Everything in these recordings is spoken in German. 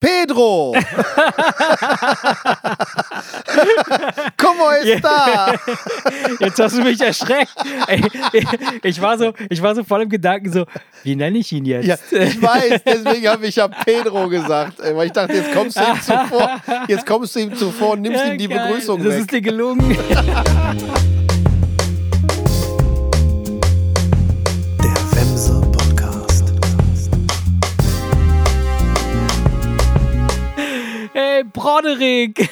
Pedro! ¿Cómo está? Jetzt hast du mich erschreckt. Ey, ich, war so, ich war so voll im Gedanken so, wie nenne ich ihn jetzt? Ja, ich weiß, deswegen habe ich ja Pedro gesagt, ey, weil ich dachte, jetzt kommst du ihm zuvor, jetzt kommst du ihm zuvor und nimmst Ja, ihm die geil. Begrüßung Das weg. ist dir gelungen. Der Wemse Podcast. Hey, Broderick!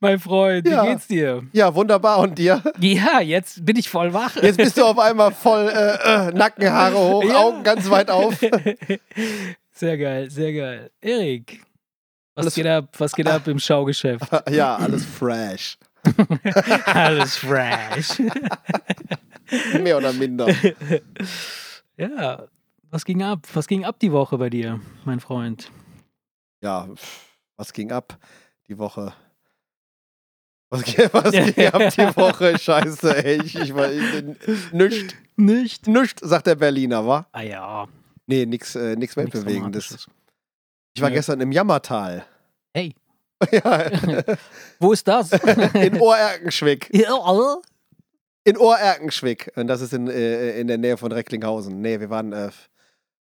mein Freund, Ja. wie geht's dir? Ja, wunderbar. Und dir? Ja, jetzt bin ich voll wach. Jetzt bist du auf einmal voll äh, äh, Nackenhaare hoch, Ja. Augen ganz weit auf. Sehr geil, sehr geil. Erik, was Alles- geht ab? Was geht ab im Schaugeschäft? Ja, alles fresh. Alles fresh. Mehr oder minder. ja, was ging ab? Was ging ab die Woche bei dir, mein Freund? Ja, pff, was ging ab die Woche? Was, Äh, ging- was ging ab die Woche? Scheiße, ey. Ich, ich, war- ich, nüscht, Nicht. nüscht, sagt der Berliner, wa? Ah ja, Nee, nix, äh, nix nichts weltbewegendes. Dramatisches. Ich war Nee. gestern im Jammertal. Hey. Ja, Wo ist das? in Ohrerkenschwick. Ja, In Ohrerkenschwick. Und das ist in, äh, in der Nähe von Recklinghausen. Nee, wir waren äh,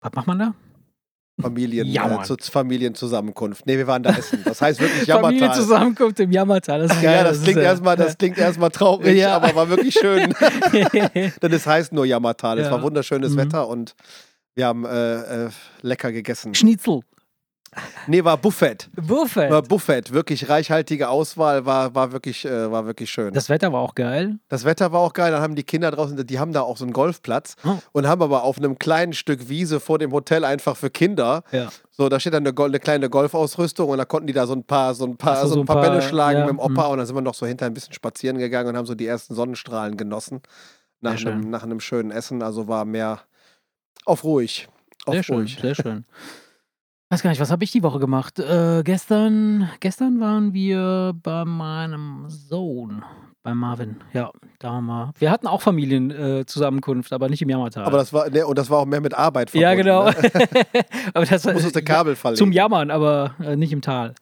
was macht man da? Familien, äh, Jammern. zu, Familienzusammenkunft. Nee, wir waren da essen. Das heißt wirklich Familie Jammertal. zusammenkommt im Jammertal. Das ist geil. Ja, das, ist klingt ja- erstmal, das klingt erstmal traurig, Ja. aber war wirklich schön. Denn es heißt nur Jammertal. Es Ja. war wunderschönes Mhm. Wetter und wir haben äh, äh, lecker gegessen. Schnitzel. Nee, war Buffett. Buffet. War Buffett. Wirklich reichhaltige Auswahl, war, war, wirklich, äh, war wirklich schön. Das, Das Wetter war auch geil. Wetter war auch geil. Dann haben die Kinder draußen, die haben da auch so einen Golfplatz Oh. und haben aber auf einem kleinen Stück Wiese vor dem Hotel einfach für Kinder. Ja. So, da steht dann eine, Gol- eine kleine Golfausrüstung und da konnten die da so ein paar, so ein paar, Ach so, so, so ein ein paar, paar, Bälle schlagen ja, Hm. mit dem Opa und dann sind wir noch so hinter ein bisschen spazieren gegangen und haben so die ersten Sonnenstrahlen genossen. Nach, Sehr einem, schön. nach einem schönen Essen, also war mehr auf ruhig. Auf Sehr schön, ruhig. sehr schön. Weiß gar nicht, was habe ich die Woche gemacht? Äh, gestern, gestern waren wir bei meinem Sohn, bei Marvin. Ja, da haben wir. Wir hatten auch Familienzusammenkunft, äh, Zusammenkunft, aber nicht im Jammertal. Aber das war, ne, und das war auch mehr mit Arbeit ja, verbunden, genau. Ne? aber das war Musstest du Kabel verlegen. zum Jammern, aber äh, nicht im Tal.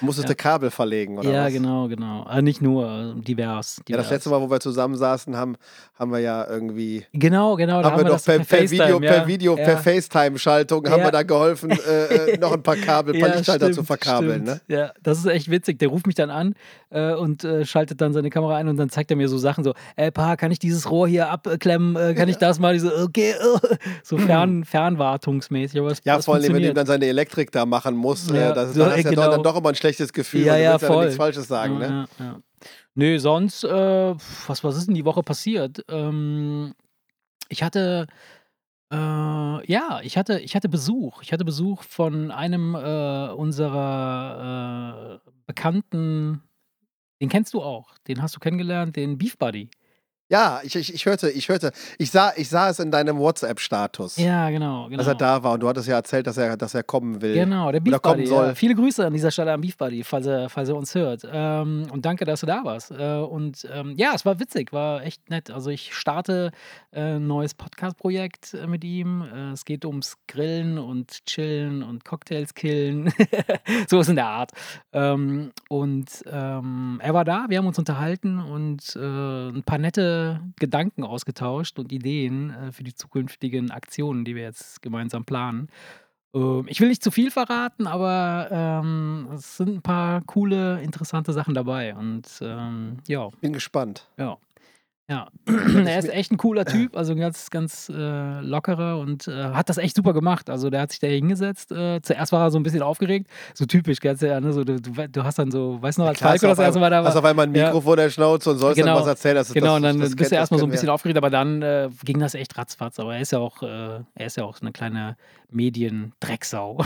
Musstest du Kabel verlegen, oder ja, was? genau, genau. Äh, nicht nur, äh, divers. divers. Ja, das letzte Mal, wo wir zusammensaßen, haben, haben wir ja irgendwie. Genau, genau. Da haben wir doch das per, per FaceTime, Video, ja. per, Video ja. per FaceTime-Schaltung haben Ja. wir da geholfen, äh, äh, noch ein paar Kabel, ein paar Lichtschalter zu stimmt, verkabeln. Ne? stimmt. Ja, das ist echt witzig. Der ruft mich dann an äh, und äh, schaltet dann seine Kamera ein und dann zeigt er mir so Sachen so, ey Pa, kann ich dieses Rohr hier abklemmen? Äh, kann ich das mal? Ich so, okay, äh. so fern, fernwartungsmäßig. Aber es, Ja, es vor allem, wenn du ihm funktioniert. dann seine Elektrik da machen musst, Ja, äh, das, so, dann hast äh, du ja doch- dann genau. doch immer ein schlechtes Gefühl. Ja, weil ja, du willst ja dann voll. nichts Falsches sagen. ja, ne? ja, ja. Nö, sonst, äh, pf, was, was ist denn die Woche passiert? Ähm, ich hatte, äh, ja, ich hatte, ich hatte Besuch. Ich hatte Besuch von einem äh, unserer äh, Bekannten, den kennst du auch, den hast du kennengelernt, den Beef Buddy. Ja, ich, ich, ich hörte, ich hörte, ich sah, ich sah es in deinem WhatsApp-Status, Ja, genau, genau. dass er da war und du hattest ja erzählt, dass er, dass er kommen will. Genau, der Oder Beef kommen Buddy. soll. Ja. Viele Grüße an dieser Stelle an Beef Buddy, falls er, falls er uns hört. Ähm, und danke, dass du da warst. Äh, und ähm, ja, es war witzig, war echt nett. Also ich starte äh, ein neues Podcast-Projekt äh, mit ihm. Äh, es geht ums Grillen und Chillen und Cocktails killen. Sowas in der Art. Ähm, und ähm, er war da, wir haben uns unterhalten und äh, ein paar nette Gedanken ausgetauscht und Ideen äh, für die zukünftigen Aktionen, die wir jetzt gemeinsam planen. Ähm, ich will nicht zu viel verraten, aber ähm, es sind ein paar coole, interessante Sachen dabei. Und ähm, ja, Bin gespannt. ja. Ja, ich er ist mir- echt ein cooler Typ, also ein ganz, ganz äh, lockerer und äh, hat das echt super gemacht. Also der hat sich da hingesetzt. Äh, zuerst war er so ein bisschen aufgeregt, so typisch, ganz ja, ne, so, du, du, du hast dann so, weißt du noch, als Klar, hast Falco das auf erste Mal einmal- da war. Hast auf einmal ein Ja. Mikro vor der Schnauze und sollst Genau. dann was erzählen. Das, Genau, das, und dann das, bist du erstmal so ein bisschen auf. aufgeregt, aber dann äh, ging das echt ratzfatz. Aber er ist ja auch, äh, er ist ja auch eine kleine Mediendrecksau.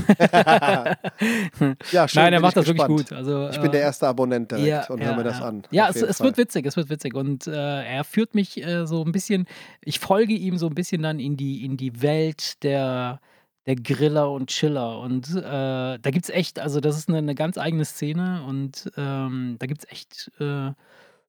Ja, schön, Nein, er bin macht ich das wirklich gespannt. gut. Also, Ich bin der erste Abonnent direkt und höre mir das ja. an. Ja, auf es, jeden es wird Fall. witzig, es wird witzig. Und äh, er führt mich äh, so ein bisschen, ich folge ihm so ein bisschen dann in die, in die Welt der, der Griller und Chiller. Und äh, da gibt es echt, also das ist eine, eine ganz eigene Szene und ähm, da gibt es echt, äh,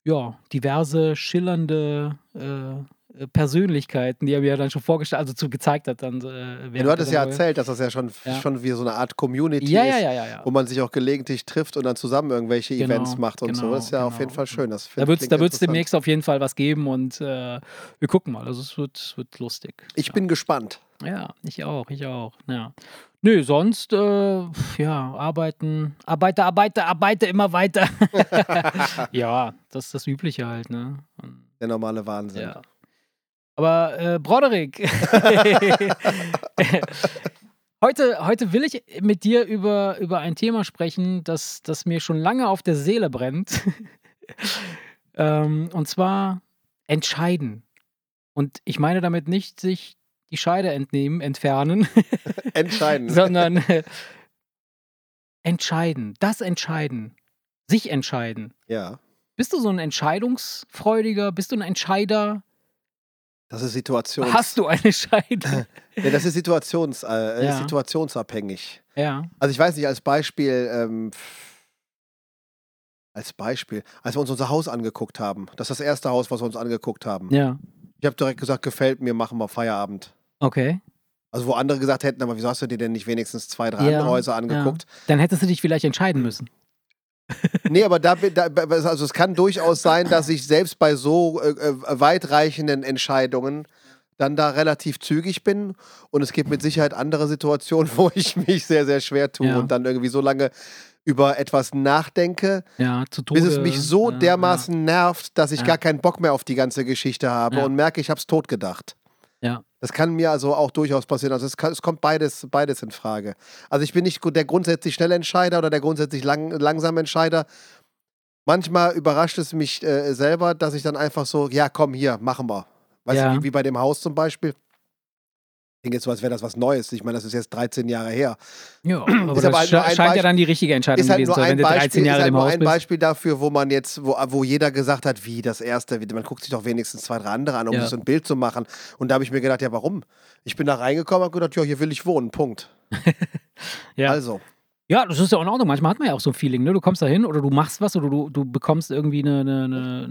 ja, diverse schillernde äh, äh, Persönlichkeiten, die er mir dann schon vorgestellt, also zu gezeigt hat. Dann, äh, Ja, während du hattest der ja Folge. erzählt, dass das ja schon, Ja. schon wie so eine Art Community Ja, ist, ja, ja, ja. ja. wo man sich auch gelegentlich trifft und dann zusammen irgendwelche Genau, Events macht und so. genau, Das ist ja auf genau, jeden Fall schön. Das Da find- wird es klingt da wird's interessant. demnächst auf jeden Fall was geben und äh, wir gucken mal. Also es wird, wird lustig. Ich bin gespannt. Ja, ich auch, ich auch. Ja. Nö, sonst, äh, ja, arbeiten, arbeite, arbeite, arbeite immer weiter. ja, das ist das Übliche halt, ne? Und, Der normale Wahnsinn. ja. Aber äh, Broderick, heute, heute will ich mit dir über, über ein Thema sprechen, das, das mir schon lange auf der Seele brennt. ähm, und zwar entscheiden. Und ich meine damit nicht sich die Scheide entnehmen, entfernen, Entscheidend. sondern äh, entscheiden, das entscheiden, sich entscheiden. Ja. Bist du so ein Entscheidungsfreudiger? Bist du ein Entscheider? Das ist Situations. Hast du eine Scheide? Ja, das ist Situations, äh, Ja. situationsabhängig. ja. Also ich weiß nicht, als Beispiel, ähm, als Beispiel, als wir uns unser Haus angeguckt haben, das ist das erste Haus, was wir uns angeguckt haben. Ja. Ich habe direkt gesagt, gefällt mir, machen wir Feierabend. Okay. Also wo andere gesagt hätten, aber wieso hast du dir denn nicht wenigstens zwei, drei Ja, andere Häuser angeguckt? Dann hättest du dich vielleicht entscheiden müssen. Nee, aber da, bin- da also es kann durchaus sein, dass ich selbst bei so äh, äh, weitreichenden Entscheidungen dann da relativ zügig bin und es gibt mit Sicherheit andere Situationen, wo ich mich sehr, sehr schwer tue Ja. und dann irgendwie so lange über etwas nachdenke, Ja, zu Tode. bis es mich so äh, dermaßen nervt, dass ich Ja. gar keinen Bock mehr auf die ganze Geschichte habe Ja. und merke, ich habe es totgedacht. Ja. Das kann mir also auch durchaus passieren. Also es, kann, es kommt beides, beides in Frage. Also ich bin nicht gut- der grundsätzlich schnelle Entscheider oder der grundsätzlich lang, langsame Entscheider. Manchmal überrascht es mich äh, selber, dass ich dann einfach so, ja, komm hier, machen wir. Weißt Ja. du, wie, wie bei dem Haus zum Beispiel. Klingt jetzt so, als wäre das was Neues. Ich meine, das ist jetzt 13 Jahre her. Ja, aber Ist das aber halt sche- nur ein scheint ja dann die richtige Entscheidung Ist halt gewesen nur zu sein, ein wenn du 13 Beispiel, ist Jahre halt im nur Haus ein bist. Beispiel dafür, wo man jetzt, wo, wo jeder gesagt hat, wie das erste, wie- man guckt sich doch wenigstens zwei, drei andere an, um Ja. sich so ein Bild zu machen. Und da habe ich mir gedacht, ja, warum? Ich bin da reingekommen und gedacht, ja, hier will ich wohnen, Punkt. Ja. Also, Ja, das ist ja auch in Ordnung. Manchmal hat man ja auch so ein Feeling, ne? Du kommst da hin oder du machst was oder du, du bekommst irgendwie eine. eine, eine,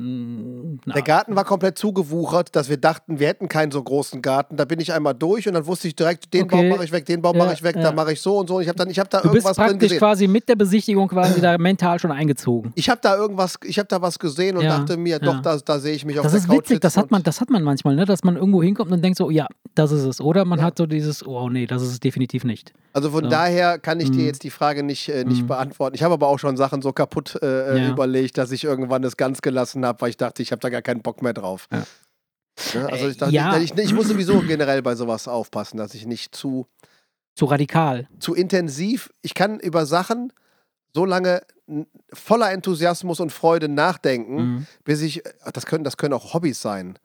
eine der Garten war komplett zugewuchert, dass wir dachten, wir hätten keinen so großen Garten. Da bin ich einmal durch und dann wusste ich direkt, den Okay. Baum mache ich weg, den Baum Ja, mache ich weg, ja. da mache ich so und so. Und ich habe dann, ich habe da du bist irgendwas drin praktisch gesehen. quasi mit der Besichtigung quasi da mental schon eingezogen. Ich habe da irgendwas, ich habe da was gesehen und Ja, dachte mir, doch, ja. da, da sehe ich mich auf Das der ist Couch witzig, das sitzen hat man, und- das hat man manchmal, ne? Dass man irgendwo hinkommt und denkt so, ja, das ist es. Oder man Ja. hat so dieses, oh nee, das ist es definitiv nicht. Also von Ja. daher kann ich dir Mhm. jetzt die Frage nicht, äh, nicht Mhm. beantworten. Ich habe aber auch schon Sachen so kaputt äh, äh, Ja. überlegt, dass ich irgendwann das ganz gelassen habe, weil ich dachte, ich habe da gar keinen Bock mehr drauf. Ja. Ne? Also Äh, ich, dachte, ja. ich, ich, ich muss sowieso generell bei sowas aufpassen, dass ich nicht zu, Zu radikal. zu intensiv, ich kann über Sachen so lange n- voller Enthusiasmus und Freude nachdenken, Mhm. bis ich, ach, das können, das können auch Hobbys sein,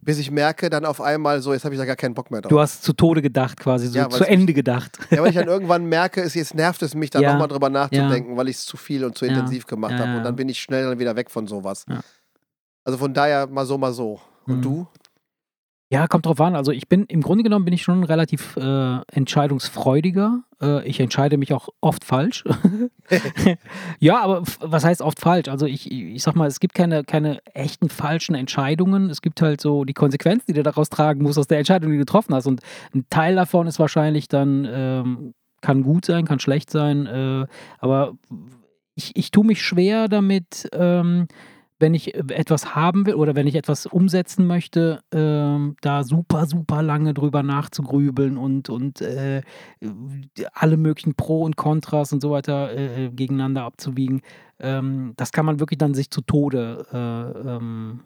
bis ich merke dann auf einmal so, jetzt habe ich da gar keinen Bock mehr drauf. Du hast zu Tode gedacht, quasi, so Ja, weil zu es- Ende gedacht. Ja, weil ich dann irgendwann merke, es, jetzt nervt es mich, da Ja, nochmal drüber nachzudenken, weil ich es zu viel und zu Ja, intensiv gemacht ja, habe. ja. Und dann bin ich schnell dann wieder weg von sowas. Ja. Also von daher mal so, mal so. Und Mhm. du? Ja, kommt drauf an. Also ich bin, im Grunde genommen bin ich schon relativ äh, entscheidungsfreudiger. Äh, ich entscheide mich auch oft falsch. ja, aber f- was heißt oft falsch? Also ich, ich sag mal, es gibt keine, keine echten falschen Entscheidungen. Es gibt halt so die Konsequenz, die du daraus tragen musst aus der Entscheidung, die du getroffen hast. Und ein Teil davon ist wahrscheinlich dann, ähm, kann gut sein, kann schlecht sein. Äh, aber ich, ich tue mich schwer damit, ähm, wenn ich äh, etwas haben will oder wenn ich etwas umsetzen möchte, ähm, da super, super lange drüber nachzugrübeln und, und äh, alle möglichen Pro und Kontras und so weiter äh, gegeneinander abzuwiegen. Ähm, das kann man wirklich dann sich zu Tode äh, ähm,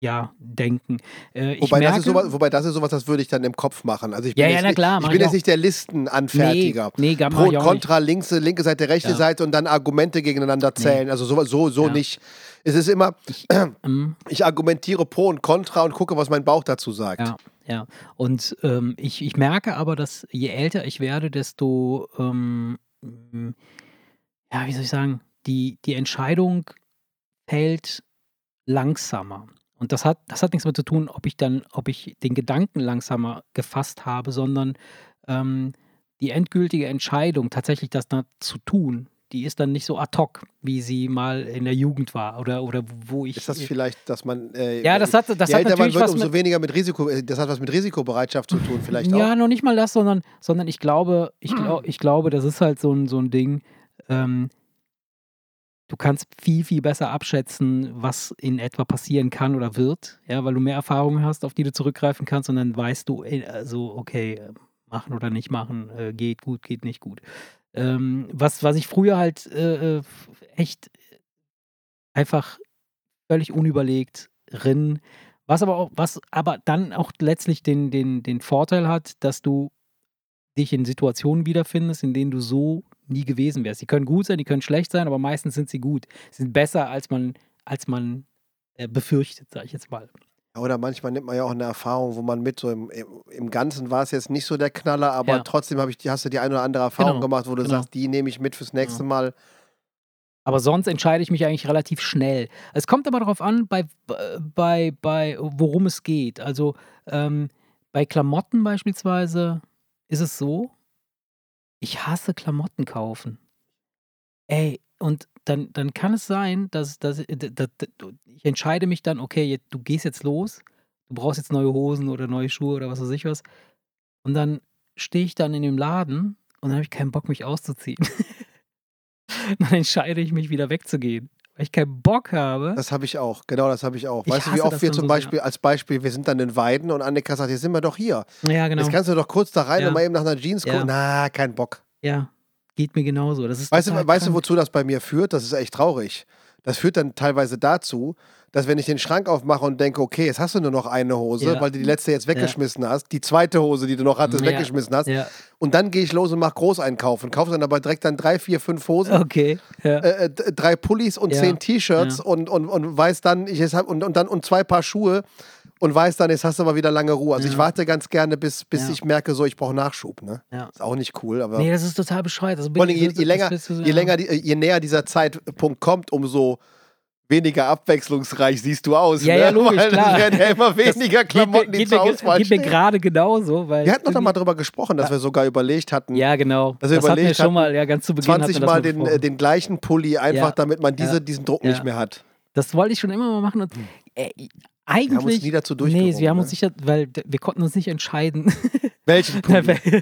ja, denken. Äh, ich Wobei, merke, das ist sowas, wobei das ist sowas, das würde ich dann im Kopf machen. Also ich bin Ja, ja, jetzt, na nicht- klar, ich, mach bin ich jetzt auch. nicht der Listenanfertiger. Nee, nee gar Pro mach und ich auch nicht. Contra, linke, linke Seite, rechte Ja. Seite und dann Argumente gegeneinander Nee. zählen. Also so, so, so Ja. nicht. Es ist immer, Mhm. ich argumentiere Pro und Contra und gucke, was mein Bauch dazu sagt. Ja, ja. Und ähm, ich, ich merke aber, dass je älter ich werde, desto, ähm, m, ja, wie soll ich sagen, die, die Entscheidung fällt langsamer. Und das hat, das hat nichts mehr zu tun, ob ich dann, ob ich den Gedanken langsamer gefasst habe, sondern ähm, die endgültige Entscheidung, tatsächlich das da zu tun, die ist dann nicht so ad hoc, wie sie mal in der Jugend war oder, oder wo ich. Ist das vielleicht, dass man. Äh, ja, das hat, das je hat älter man natürlich wird, was umso mit, weniger mit Risiko. äh, Das hat was mit Risikobereitschaft zu tun, vielleicht Ja, auch. noch nicht mal das, sondern, sondern ich glaube, ich, glaub, ich glaube, das ist halt so ein, so ein Ding. Ähm, du kannst viel, viel besser abschätzen, was in etwa passieren kann oder wird, ja, weil du mehr Erfahrungen hast, auf die du zurückgreifen kannst und dann weißt du, äh, also, okay, äh, machen oder nicht machen, äh, geht gut, geht nicht gut. Ähm, was, was ich früher halt äh, äh, echt einfach völlig unüberlegt rinnen. Was aber auch, was aber dann auch letztlich den, den, den Vorteil hat, dass du dich in Situationen wiederfindest, in denen du so nie gewesen wärst. Die können gut sein, die können schlecht sein, aber meistens sind sie gut. Sie sind besser, als man, als man äh, befürchtet, sage ich jetzt mal. Oder manchmal nimmt man ja auch eine Erfahrung, wo man mit so im, im, im Ganzen war es jetzt nicht so der Knaller, aber Ja. trotzdem hab ich, hast du die eine oder andere Erfahrung Genau, gemacht, wo du genau. sagst, die nehme ich mit fürs nächste Ja. Mal. Aber sonst entscheide ich mich eigentlich relativ schnell. Es kommt aber darauf an, bei, äh, bei, bei worum es geht. Also ähm, bei Klamotten beispielsweise ist es so, ich hasse Klamotten kaufen. Ey, und dann, dann kann es sein, dass, dass, äh, dass, ich entscheide mich dann, okay, jetzt, du gehst jetzt los, du brauchst jetzt neue Hosen oder neue Schuhe oder was weiß ich was. Und dann stehe ich dann in dem Laden und dann habe ich keinen Bock, mich auszuziehen. dann entscheide ich mich wieder wegzugehen, weil ich keinen Bock habe. Das habe ich auch, genau, das habe ich auch. Ich weißt du, wie hasse oft das wir dann zum so sehr. Beispiel, als Beispiel, wir sind dann in Weiden und Annika sagt, jetzt sind wir doch hier. ja, genau. Jetzt kannst du doch kurz da rein Ja. und mal eben nach einer Jeans Ja. gucken. Na, kein Bock. Ja, geht mir genauso. Das ist Weißt du, total weißt du, krank. wozu das bei mir führt? Das ist echt traurig. Das führt dann teilweise dazu, dass wenn ich den Schrank aufmache und denke, okay, jetzt hast du nur noch eine Hose, Ja. weil du die letzte jetzt weggeschmissen hast, die zweite Hose, die du noch hattest, Ja. weggeschmissen hast, Ja, und dann gehe ich los und mache Großeinkauf und kaufe dann aber direkt dann drei, vier, fünf Hosen, okay. Ja. äh, äh, d- drei Pullis und Oh. Ja. zehn T-Shirts Ja. und, und, und weiß dann, ich jetzt hab, und, und dann und zwei Paar Schuhe und weiß dann, jetzt hast du aber wieder lange Ruhe. Also Ja. ich warte ganz gerne, bis, bis Ja. ich merke, so ich brauche Nachschub. Ne? Ja. Ist auch nicht cool, aber. Nee, das ist total bescheuert. Also bin Vor allem, ich je, so- je, länger, das bist du so- je, länger die, äh, je näher dieser Zeitpunkt kommt, umso weniger abwechslungsreich siehst du aus. Ja, ne? ja, logisch, Weil klar. es werden ja immer weniger Klamotten, die geht zur mir, geht mir, Auswahl geht mir stehen. gerade genauso, weil Wir hatten doch noch mal darüber gesprochen, dass wir sogar überlegt hatten, ja genau. Also das hatten wir überlegt schon hatten, mal, ja ganz zu Beginn hatten wir 20 das Mal den, äh, besprochen. den gleichen Pulli, einfach Ja. damit man diese, Ja. diesen Druck Ja. nicht mehr hat. Das wollte ich schon immer mal machen und Hm. äh, eigentlich Wir haben uns nie dazu durchgerungen. Nee, wir haben ne? uns sicher, weil d- wir konnten uns nicht entscheiden. welchen Pulli? wir konnten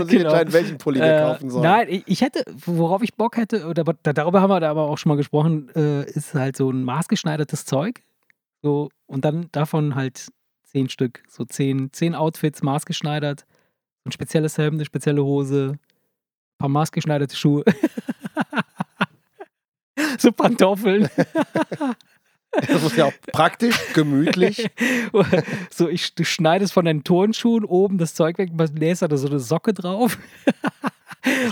uns nicht genau. entscheiden, welchen Pulli wir Äh, kaufen sollen. Nein, ich- ich hätte, worauf ich Bock hätte, oder, aber da- darüber haben wir da aber auch schon mal gesprochen, äh, ist halt so ein maßgeschneidertes Zeug. So, und dann davon halt zehn Stück. So zehn, zehn Outfits maßgeschneidert, ein spezielles Hemd, eine spezielle Hose, ein paar maßgeschneiderte Schuhe. so Pantoffeln. Das ist ja auch praktisch, gemütlich. so, ich, du schneidest von deinen Turnschuhen oben das Zeug weg, nähst da so eine Socke drauf.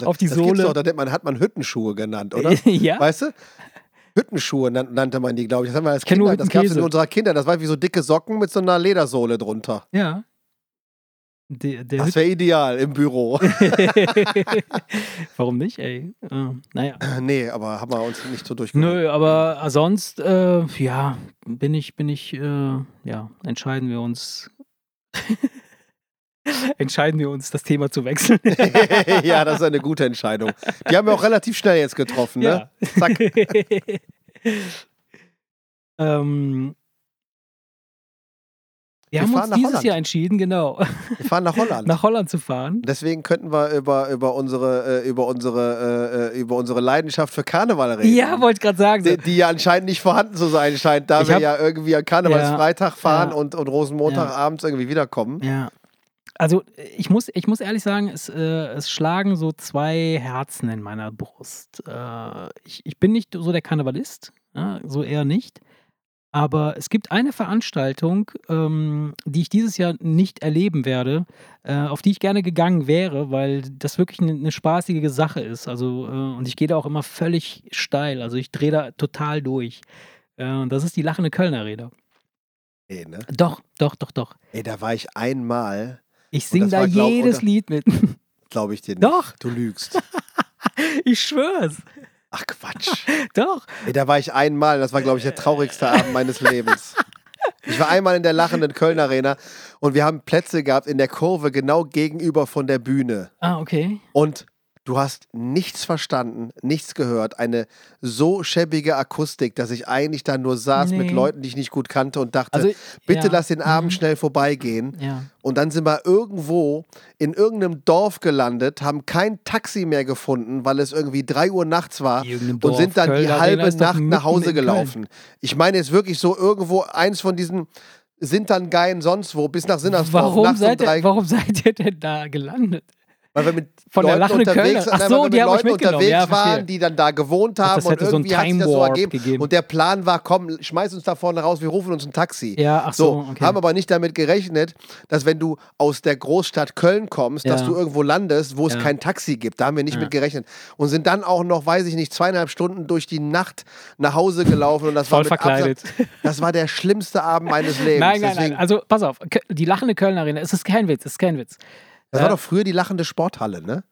Auf die das gibt's Sohle. Doch, da nennt man, hat man Hüttenschuhe genannt, oder? ja. Weißt du? Hüttenschuhe nan- nannte man die, glaube ich. Das haben wir als kenn nur Kinder, das gab es in Hüttenkäse. unserer Kinder. Das war wie so dicke Socken mit so einer Ledersohle drunter. Ja. Der, der Das wäre ideal im Büro. Warum nicht, ey? Äh, naja. nee, aber haben wir uns nicht so durchgeführt. Nö, aber sonst, äh, ja, bin ich, bin ich, äh, ja, entscheiden wir uns. entscheiden wir uns, das Thema zu wechseln. ja, das ist eine gute Entscheidung. Die haben wir auch relativ schnell jetzt getroffen, ne? Zack. ähm, wir, Wir haben fahren uns nach dieses Holland. Jahr entschieden, genau, Wir fahren nach Holland. nach Holland zu fahren. Deswegen könnten wir über, über, unsere, äh, über, unsere, äh, äh, über unsere Leidenschaft für Karneval reden. Ja, wollte ich gerade sagen. So, die, die ja anscheinend nicht vorhanden zu sein scheint, da Ich wir hab- ja irgendwie am Karnevalsfreitag fahren Ja. und, und Rosenmontag abends irgendwie wiederkommen. Ja. Also ich muss, ich muss ehrlich sagen, es, äh, es schlagen so zwei Herzen in meiner Brust. Äh, ich, ich bin nicht so der Karnevalist, ja, so eher nicht. Aber es gibt eine Veranstaltung, ähm, die ich dieses Jahr nicht erleben werde, äh, auf die ich gerne gegangen wäre, weil das wirklich eine, eine spaßige Sache ist. Also, äh, und ich gehe da auch immer völlig steil. Also ich drehe da total durch. Äh, und das ist die lachende Kölner Rede. Ey, ne? Doch, doch, doch, doch. Ey, da war ich einmal, Ich Und singe das da war, glaub- jedes oder- Lied mit. glaube ich dir nicht. Doch, Du lügst. ich schwör's. Ach Quatsch. Doch. Ey, da war ich einmal, das war, glaube ich, der traurigste Abend meines Lebens. Ich war einmal in der lachenden Köln Arena und wir haben Plätze gehabt in der Kurve genau gegenüber von der Bühne. Ah, okay. Und Du hast nichts verstanden, nichts gehört. Eine so schäbige Akustik, dass ich eigentlich da nur saß mit Nee. Leuten, die ich nicht gut kannte und dachte, Also, bitte ja. lass den Abend Mhm. schnell vorbeigehen. Ja. Und dann sind wir irgendwo in irgendeinem Dorf gelandet, haben kein Taxi mehr gefunden, weil es irgendwie 3 Uhr nachts war Irgendein und sind Dorf, dann die Köln, Arena halbe ist doch Nacht nach mitten Hause in Köln. gelaufen. Ich meine jetzt wirklich so irgendwo eins von diesen sind dann geilen sonst wo bis nach Sinnersdorf Warum nachts um seid, drei, ihr, warum seid ihr denn da gelandet? weil wir mit Von der Leuten lachenden unterwegs, Kölner. Ach nein, so, weil wir die mit haben euch Leuten mitgenommen. unterwegs Ja, verstehe. waren, die dann da gewohnt haben das und hätte so einen irgendwie hat sich das so Time Warp ergeben. gegeben. Und der Plan war, komm, schmeiß uns da vorne raus, wir rufen uns ein Taxi. Ja, ach so, okay. Haben aber nicht damit gerechnet, dass wenn du aus der Großstadt Köln kommst, dass Ja. du irgendwo landest, wo es Ja. kein Taxi gibt. Da haben wir nicht Ja. mit gerechnet. Und sind dann auch noch, weiß ich nicht, zweieinhalb Stunden durch die Nacht nach Hause gelaufen und das war Voll mit Absatz- verkleidet. Das war der schlimmste Abend meines Lebens. Nein, nein, Deswegen, nein. Also, pass auf. Kö- Die lachende Kölner Arena. Es ist kein Witz, es ist kein Witz. Das war Ja. doch früher die lachende Sporthalle, ne?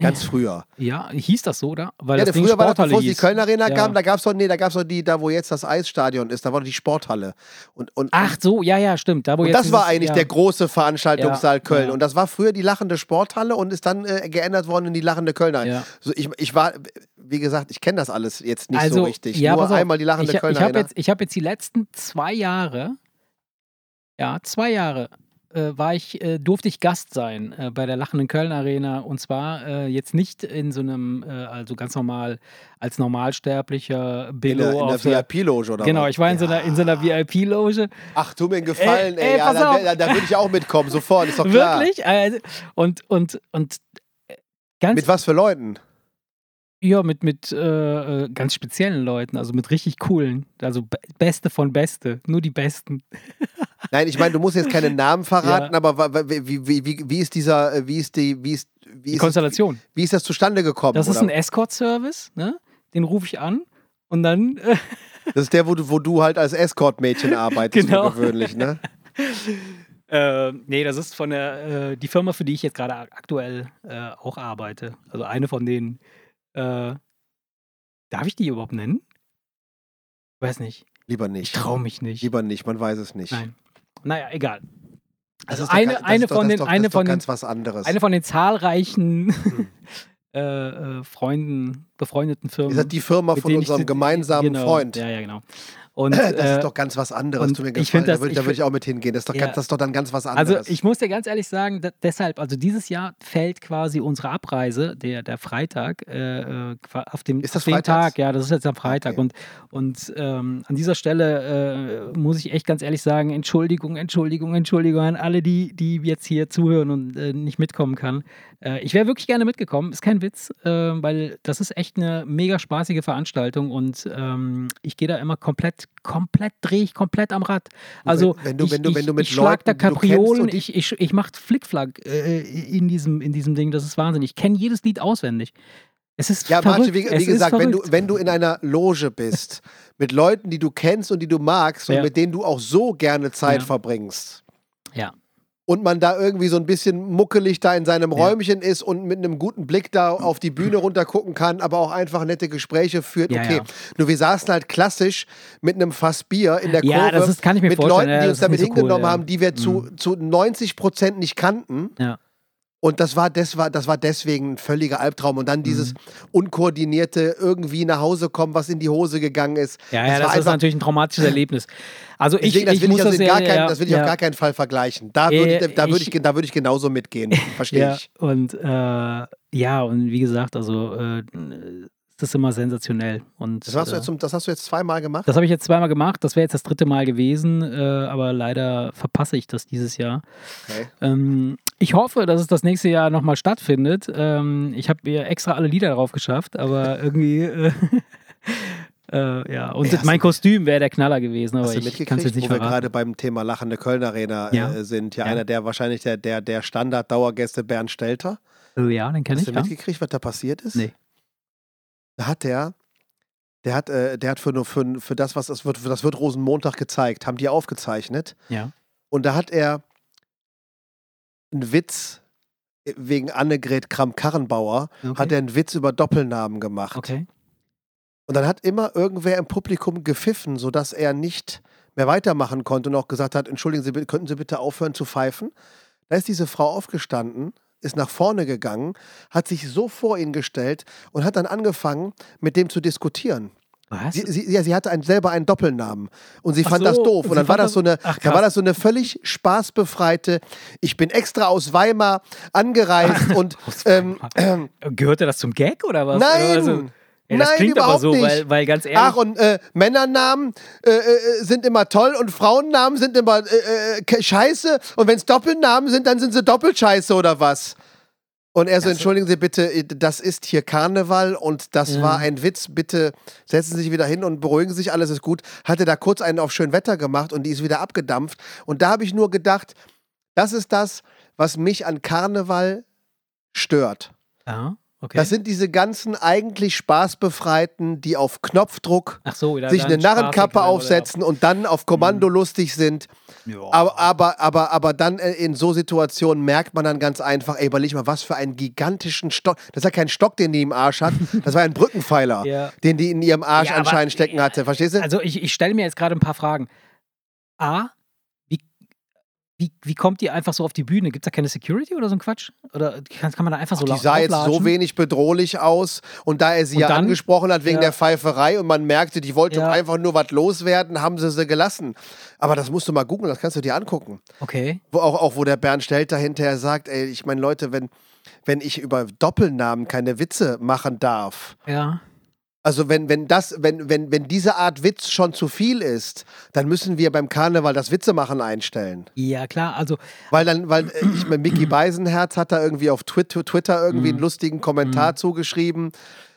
Ganz früher. Ja, hieß das so, oder? Weil Ja, das der Ding früher war das, Sporthalle bevor es die hieß. Köln Arena Ja. gab, da gab es doch, nee, da gab's doch die, da wo jetzt das Eisstadion ist, da war doch die Sporthalle. Und, und, Ach so, ja, ja, stimmt. Da, wo und jetzt das war dieses- eigentlich ja. der große Veranstaltungssaal Ja, Köln. ja. Und das war früher die lachende Sporthalle und ist dann äh, geändert worden in die lachende Kölner. Ja. So, ich, ich war, wie gesagt, ich kenne das alles jetzt nicht so richtig. Also, Ja, Nur pass auf, einmal die lachende ich, Kölner Ich habe Arena. jetzt, ich hab jetzt die letzten zwei Jahre, ja, zwei Jahre, äh, war ich, äh, durfte ich Gast sein äh, bei der lachenden Köln Arena. Und zwar äh, jetzt nicht in so einem, äh, also ganz normal, als normalsterblicher in der, Billo in der auf der. VIP-Loge oder Genau, was? ich war in so einer, in so einer VIP-Loge. Ach, tu mir einen Gefallen, Ey, ey, ey, ja, pass da, auf. da, da würde ich auch mitkommen, sofort, ist doch klar. Wirklich? Also, und, und, und äh, ganz Mit was für Leuten? Ja, mit, mit äh, äh, ganz speziellen Leuten, also mit richtig coolen. Also be Beste von Beste, nur die Besten. Nein, ich meine, du musst jetzt keine Namen verraten, Ja. aber wa- wa- wie, wie, wie, wie ist dieser, äh, wie ist die, wie ist, wie Die ist, Konstellation. wie ist das zustande gekommen? Das ist oder? ein Escort-Service, ne? Den rufe ich an und dann, äh, das ist der, wo du, wo du halt als Escort-Mädchen arbeitest, Genau. für gewöhnlich, ne? äh, nee, das ist von der, äh, die Firma, für die ich jetzt gerade ak- aktuell äh, auch arbeite. Also eine von denen. Äh, darf ich die überhaupt nennen? Weiß nicht. Lieber Ich nicht. traue mich nicht. Lieber nicht, man weiß es nicht. Nein. Naja, egal. Das Also ist doch eine- ganz- das eine ist doch- von das den- ist doch, eine das Hm. ist doch von den- ganz was anderes. Eine von den zahlreichen äh, äh, Freunden, befreundeten Firmen. ist das die Firma mit von denen ich unserem zu- gemeinsamen genau, Freund? Ja, ja, genau. Und, Das äh, ist doch ganz was anderes. und Tu mir einen ich Gefallen, find da das- würde ich, ich da würd ich find- auch mit hingehen. Das ist doch, Ja. ganz, das ist doch dann ganz was also anderes. ich muss dir ganz ehrlich sagen, da, deshalb, also dieses Jahr fällt quasi unsere Abreise, der, der Freitag, äh, äh, qua- auf dem, Ist das auf den freitags? Tag, ja, das ist jetzt am Freitag. Okay. Und, und ähm, an dieser Stelle äh, muss ich echt ganz ehrlich sagen, Entschuldigung, Entschuldigung, Entschuldigung an alle, die, die jetzt hier zuhören und äh, nicht mitkommen kann. Äh, ich wäre wirklich gerne mitgekommen, ist kein Witz, äh, weil das ist echt eine mega spaßige Veranstaltung und ähm, ich gehe da immer komplett, komplett, drehe ich komplett am Rad. Also wenn du- ich, wenn du- ich, wenn du mit ich schlag Leuten, die da du kennst Kapriolen, und ich, ich, ich mache Flickflack äh, in, diesem, in diesem Ding, das ist Wahnsinn. Ich kenne jedes Lied auswendig. Es ist Ja, verrückt. Martin, wie, es wie gesagt, ist wenn du, verrückt. wenn du in einer Loge bist, mit Leuten, die du kennst und die du magst und Ja. mit denen du auch so gerne Zeit Ja. verbringst Ja. und man da irgendwie so ein bisschen muckelig da in seinem Ja. Räumchen ist und mit einem guten Blick da auf die Bühne runter gucken kann, aber auch einfach nette Gespräche führt, Ja, okay. ja. Nur wir saßen halt klassisch mit einem Fass Bier in der Ja, Kurve das ist- kann ich mir mit vorstellen. Leuten, Ja, die das uns ist damit nicht so cool, hingenommen ja. Mhm. haben, die wir zu, zu 90 Prozent nicht kannten. Ja. Und das war, das, war, das war deswegen ein völliger Albtraum. Und Mhm. dann dieses unkoordinierte irgendwie nach Hause kommen, was in die Hose gegangen ist. Ja, ja, das, war ist natürlich ein traumatisches Erlebnis. Also ich, Deswegen, das ich will ich, muss also in ja- gar kein, ja, das will ich ja. auf gar keinen Fall vergleichen. Da würde Äh, ich, da würd ich, ich- gen- da würd ich genauso mitgehen. Verstehe Ja, ich. und äh, ja, und wie gesagt, also äh, das ist immer sensationell. Und, Das, warst du äh, jetzt zum, das hast du jetzt zweimal gemacht? das habe ich jetzt zweimal gemacht, das wäre jetzt das dritte Mal gewesen, äh, aber leider verpasse ich das dieses Jahr. Okay. Ähm, ich hoffe, dass es das nächste Jahr nochmal stattfindet. Ähm, ich habe mir extra alle Lieder drauf geschafft, aber irgendwie. Äh, äh, ja, und Ey, hast mein du- Kostüm wäre der Knaller gewesen, aber Hast du ich kann es jetzt mitgekriegt, nicht wo wir verraten. gerade beim Thema lachende Köln Arena Ja. äh, sind? Ja, Ja. einer der wahrscheinlich der, der, der Standard-Dauergäste Bernd Stelter. Oh ja, den kenne Hast ich. du Ja. mitgekriegt, was da passiert ist? Nee. Da hat der, der hat, äh, der hat für, nur für, für das, was es wird, das wird Rosenmontag gezeigt, haben die aufgezeichnet. Ja. Und da hat er einen Witz äh, wegen Annegret Kramp-Karrenbauer, Okay. hat er einen Witz über Doppelnamen gemacht. okay. Und dann hat immer irgendwer im Publikum gepfiffen, sodass er nicht mehr weitermachen konnte und auch gesagt hat, entschuldigen Sie, bitte, könnten Sie bitte aufhören zu pfeifen? Da ist diese Frau aufgestanden, ist nach vorne gegangen, hat sich so vor ihn gestellt und hat dann angefangen, mit dem zu diskutieren. Was? Sie, sie, ja, sie hatte einen, selber einen Doppelnamen und sie Ach fand so, das doof. Und sie dann war fand das so eine, das- Ach, dann war krass. das so eine völlig spaßbefreite, ich bin extra aus Weimar angereist und ähm, Gehörte das zum Gag oder was? Nein! Also, ja, das Nein, klingt aber überhaupt so, nicht. Weil, weil ganz ehrlich. Ach, und äh, Männernamen äh, äh, sind immer toll und Frauennamen sind immer äh, äh, ke- scheiße. Und wenn es Doppelnamen sind, dann sind sie doppelt scheiße oder was? Und er so, entschuldigen Sie bitte, äh, das ist hier Karneval und das war ein Witz. Bitte setzen Sie sich wieder hin und beruhigen Sie sich, alles ist gut. Hatte da kurz einen auf schön Wetter gemacht und die ist wieder abgedampft. Und da habe ich nur gedacht, das ist das, was mich an Karneval stört. ah, okay. Das sind diese ganzen eigentlich Spaßbefreiten, die auf Knopfdruck Ach so, ja, sich dann eine Narrenkappe Spaß- aufsetzen und dann auf Kommando Mhm. lustig sind. Ja. Aber, aber, aber, aber dann äh, in so Situationen merkt man dann ganz einfach, ey, überleg mal, was für einen gigantischen Stock. Das ist ja kein Stock, den die im Arsch hat. Das war ein Brückenpfeiler, Ja. den die in ihrem Arsch Ja, aber- anscheinend stecken hatte. Verstehst du? Also ich, ich stelle mir jetzt gerade ein paar Fragen. A, wie, wie, wie kommt ihr einfach so auf die Bühne? Gibt es da keine Security oder so ein Quatsch? Oder kann, kann man da einfach so die laut sah jetzt so auflatschen? wenig bedrohlich aus und da er sie Und ja dann? angesprochen hat wegen Ja. der Pfeiferei und man merkte, die wollte Ja. einfach nur was loswerden, haben sie sie gelassen. Aber das musst du mal googeln, das kannst du dir angucken. Okay. Wo auch, auch wo der Bernd Stelter hinterher sagt, ey, ich meine, Leute, wenn, wenn ich über Doppelnamen keine Witze machen darf, Ja. also wenn, wenn das, wenn, wenn, wenn diese Art Witz schon zu viel ist, dann müssen wir beim Karneval das Witzemachen einstellen. Ja, klar. Also, Weil dann, weil äh, ich meine, Mickey Beisenherz hat da irgendwie auf Twitter, Twitter irgendwie Mhm. einen lustigen Kommentar zugeschrieben.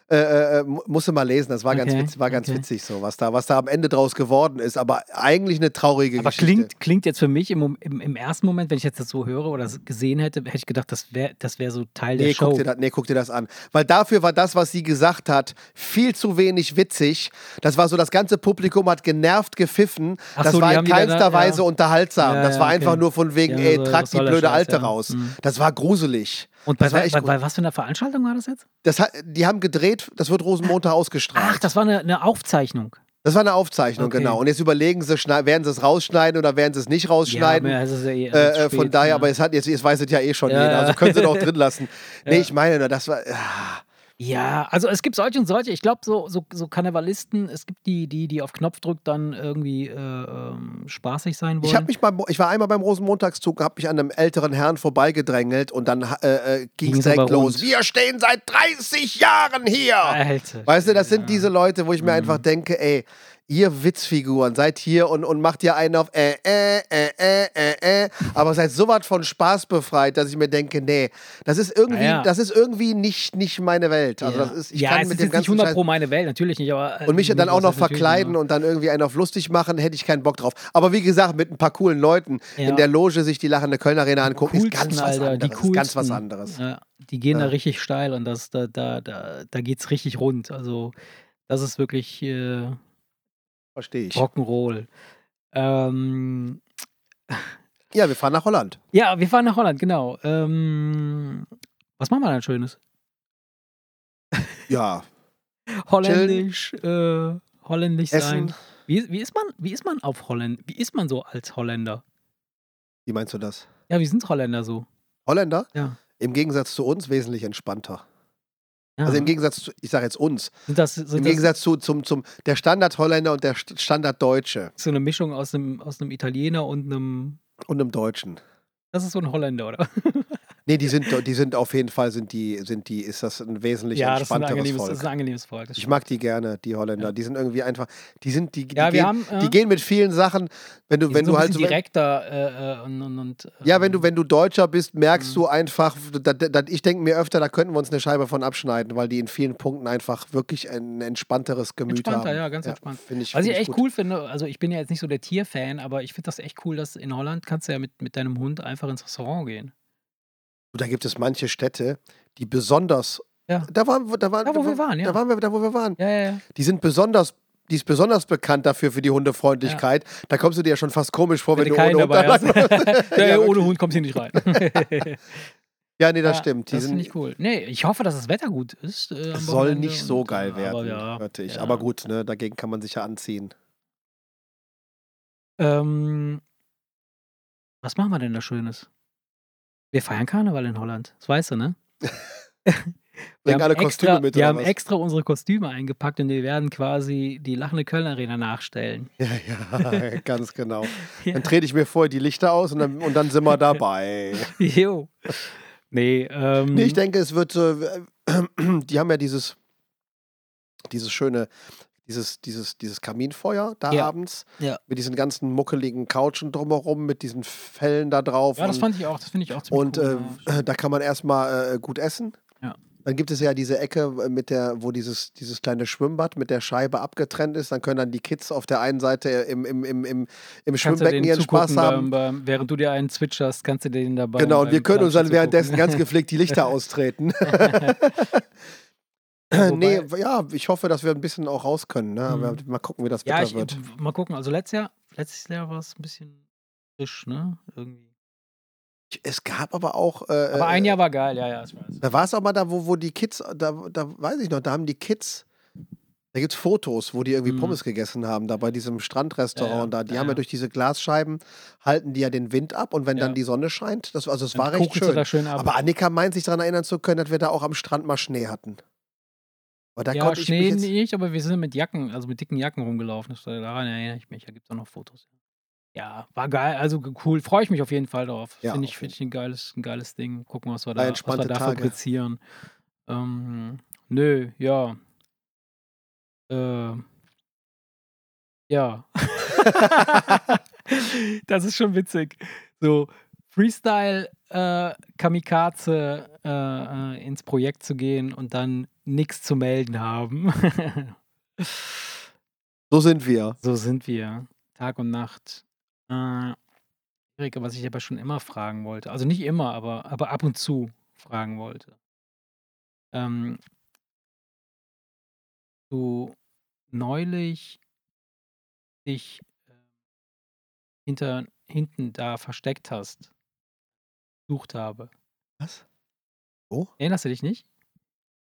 Äh, äh, äh, mu- musst du mal lesen, das war ganz, Okay, witz, war ganz okay. witzig so, was da, was da am Ende draus geworden ist, aber eigentlich eine traurige aber Geschichte. klingt, klingt jetzt für mich im, Mom- im, im ersten Moment, wenn ich jetzt das so höre oder s- gesehen hätte, hätte ich gedacht, das wäre das wär so Teil der Nee guck, Show. dir das, nee, guck dir das an. Weil dafür war das, was sie gesagt hat, viel zu wenig witzig. Das war so, das ganze Publikum hat genervt gepfiffen. Ach das so, war die in haben die dann- keinster ja. Weise unterhaltsam. Ja, das ja, war okay. einfach nur von wegen, Ja, ey, so- trag was die soll der blöde Scheiß, Alte ja. raus. Mhm. Das war gruselig. Und bei, das war bei, echt bei, gut. bei was für einer Veranstaltung war das jetzt? Das hat, die haben gedreht, das wird Rosenmontag Ach, ausgestrahlt. das war eine, eine Aufzeichnung. das war eine Aufzeichnung, Okay. genau. Und jetzt überlegen sie, schneid- werden sie es rausschneiden oder werden sie es nicht rausschneiden. Ja, aber es ist ja eh alles Äh, äh, von spät, daher, ja. aber es hat, jetzt, jetzt weiß es ja eh schon Ja, jeder. ja. Also können sie es auch drin lassen. Nee, Ja. ich meine, nur, das war. ah. Ja, also es gibt solche und solche. Ich glaube, so, so, so Karnevalisten, es gibt die, die, die auf Knopfdruck dann irgendwie äh, ähm, spaßig sein wollen. Ich, hab mich beim, ich war einmal beim Rosenmontagszug, habe mich an einem älteren Herrn vorbeigedrängelt und dann äh, äh, ging es Ging's aber direkt rund. Ah, los. Wir stehen seit 30 Jahren hier! Alter. Weißt du, das sind diese Leute, wo ich mir einfach Mhm. denke, ey, ihr Witzfiguren, seid hier und, und macht ihr einen auf äh, äh, äh, äh, äh, äh, aber seid so was von Spaß befreit, dass ich mir denke, nee, das ist irgendwie, Ah, Ja, ja. das ist irgendwie nicht, nicht meine Welt. Also ja, das ist, ich ja kann es mit ist dem jetzt nicht ganzen 100 Scheiß pro meine Welt, natürlich nicht, aber. äh, und mich dann auch das noch ist natürlich verkleiden nur- und dann irgendwie einen auf lustig machen, hätte ich keinen Bock drauf. Aber wie gesagt, mit ein paar coolen Leuten Ja. in der Loge sich die lachende Kölner Arena angucken, ist Coolsten, ganz was Alter, die anderes. Ist coolsten. ganz was anderes. Ja, die gehen Ja. da richtig steil und das, da, da, da, da geht's richtig rund. Also, das ist wirklich äh, Verstehe ich. Rock'n'Roll. Ähm, Ja, wir fahren nach Holland. ja, wir fahren nach Holland, genau. Ähm, was machen wir dann Schönes? Ja, Holländisch, äh, holländisch sein. Essen. Wie, wie, ist man, wie ist man auf Holland? Wie ist man so als Holländer? Wie meinst du das? Ja, wie sind Holländer so? Holländer? Ja. Im Gegensatz zu uns wesentlich entspannter. Ja. Also im Gegensatz zu, ich sage jetzt uns, sind das, sind im das Gegensatz zu zum, zum der Standard-Holländer und der St- Standard-Deutsche so eine Mischung aus einem, aus einem Italiener und einem. und im Deutschen. Das ist so ein Holländer, oder? Nee, die sind, die sind auf jeden Fall, sind die, sind die, ist das ein wesentlich ja, das ist, ein entspannteres angenehmes, Volk. das ist ein angenehmes Volk. Das Ich stimmt. mag die gerne, die Holländer. Die sind irgendwie einfach, die sind, die, die, ja, wir gehen, haben. Äh, die gehen mit vielen Sachen, wenn du, die wenn sind so du ein halt bisschen so- direkter äh, äh, und. und, und ja, wenn du, wenn du Deutscher bist, merkst Mhm. du einfach, da, da, da- ich denke mir öfter, da könnten wir uns eine Scheibe von abschneiden, weil die in vielen Punkten einfach wirklich ein entspannteres Gemüt Entspannter, haben. ja, ganz entspannt. Find ich, Was find ich echt gut. cool finde, also ich bin ja jetzt nicht so der Tierfan, aber ich finde das echt cool, dass in Holland kannst du ja mit, mit deinem Hund einfach ins Restaurant gehen. Und Da gibt es manche Städte, die besonders, Ja. da waren, wir- da waren, Da, wo wir waren, ja. da waren wir, da wo wir waren, Ja, ja, ja. die sind besonders die ist besonders bekannt dafür für die Hundefreundlichkeit. Da kommst du dir ja schon fast komisch vor, wenn, Wenn du du keinen ohne dabei hast. Unterlagen ja, Ja, ohne Hund kommst du hier nicht rein. Ja, nee, das Ja, stimmt. Die das sind, finde ich cool. Nee, ich hoffe, dass das Wetter gut ist. äh, am Es soll Wochenende nicht so und, äh, geil aber werden, ja, hörte ich. ja. Aber gut, ne, dagegen kann man sich ja anziehen. Ähm, was machen wir denn da Schönes? Wir feiern Karneval in Holland. Das weißt du, ne? Bringen alle Kostüme extra, mit, wir oder haben was? extra unsere Kostüme eingepackt und wir werden quasi die lachende Köln-Arena nachstellen. Ja, ja, ganz genau. Ja. Dann trete ich mir vorher die Lichter aus und dann, und dann sind wir dabei. Jo. Nee, ähm, Nee, ich denke, es wird so, äh, die haben ja dieses, dieses schöne, dieses, dieses, dieses Kaminfeuer da Ja. abends. Ja. Mit diesen ganzen muckeligen Couchen drumherum, mit diesen Fellen da drauf. ja, das und- fand ich auch, das finde ich auch ziemlich Und cool. ja. äh, da kann man erstmal äh, gut essen. Ja. Dann gibt es ja diese Ecke, äh, mit der, wo dieses, dieses kleine Schwimmbad mit der Scheibe abgetrennt ist. Dann können dann die Kids auf der einen Seite im, im, im, im, im Kannst du Schwimmbecken denen ihren Spaß zugucken haben. Beim, beim, während du dir einen zwitscherst, kannst du den dabei. genau, und beim wir können uns Planschen dann währenddessen zugucken. ganz gepflegt die Lichter austreten. nee, Wobei- Mhm. ja, ich hoffe, dass wir ein bisschen auch raus können. Ne? Aber Mal gucken, wie das ja, Wetter ich, wird. mal gucken. Also letztes Jahr, letztes Jahr war es ein bisschen frisch, ne? Irgendwie. Es gab aber auch. Äh, Aber ein äh, Jahr war geil, ja, ja, ich weiß. Da war es auch mal da, wo, wo die Kids, da, da weiß ich noch, da haben die Kids, da gibt es Fotos, wo die irgendwie Mhm. Pommes gegessen haben, da bei diesem Strandrestaurant Ja, da. ja, Die ja, haben ja ja. durch diese Glasscheiben, halten die ja den Wind ab und wenn Ja. dann die Sonne scheint, das, also es Dann war recht kuckelst du schön. Da schön ab. Aber Annika meint sich daran erinnern zu können, dass wir da auch am Strand mal Schnee hatten. Aber da ja, konnte Schnee ich mich jetzt, nicht, aber wir sind mit Jacken, also mit dicken Jacken rumgelaufen. Das, daran erinnere ich mich. Da gibt es auch noch Fotos. Ja, war geil, also ge- cool. Freue ich mich auf jeden Fall drauf. Ja, Finde auf ich, find ich ein, geiles, ein geiles Ding. Gucken, was wir Drei da, was wir entspannte da Tage. fabrizieren. Ähm, nö, ja. Äh, ja. das ist schon witzig. So, Freestyle äh, Kamikaze äh, äh, ins Projekt zu gehen und dann nichts zu melden haben. so sind wir. so sind wir. Tag und Nacht. Äh, Erika, was ich aber schon immer fragen wollte. Also nicht immer, aber, aber ab und zu fragen wollte. Ähm, du neulich dich äh, hinter, hinten da versteckt hast, sucht habe. Was? Erinnerst du dich nicht?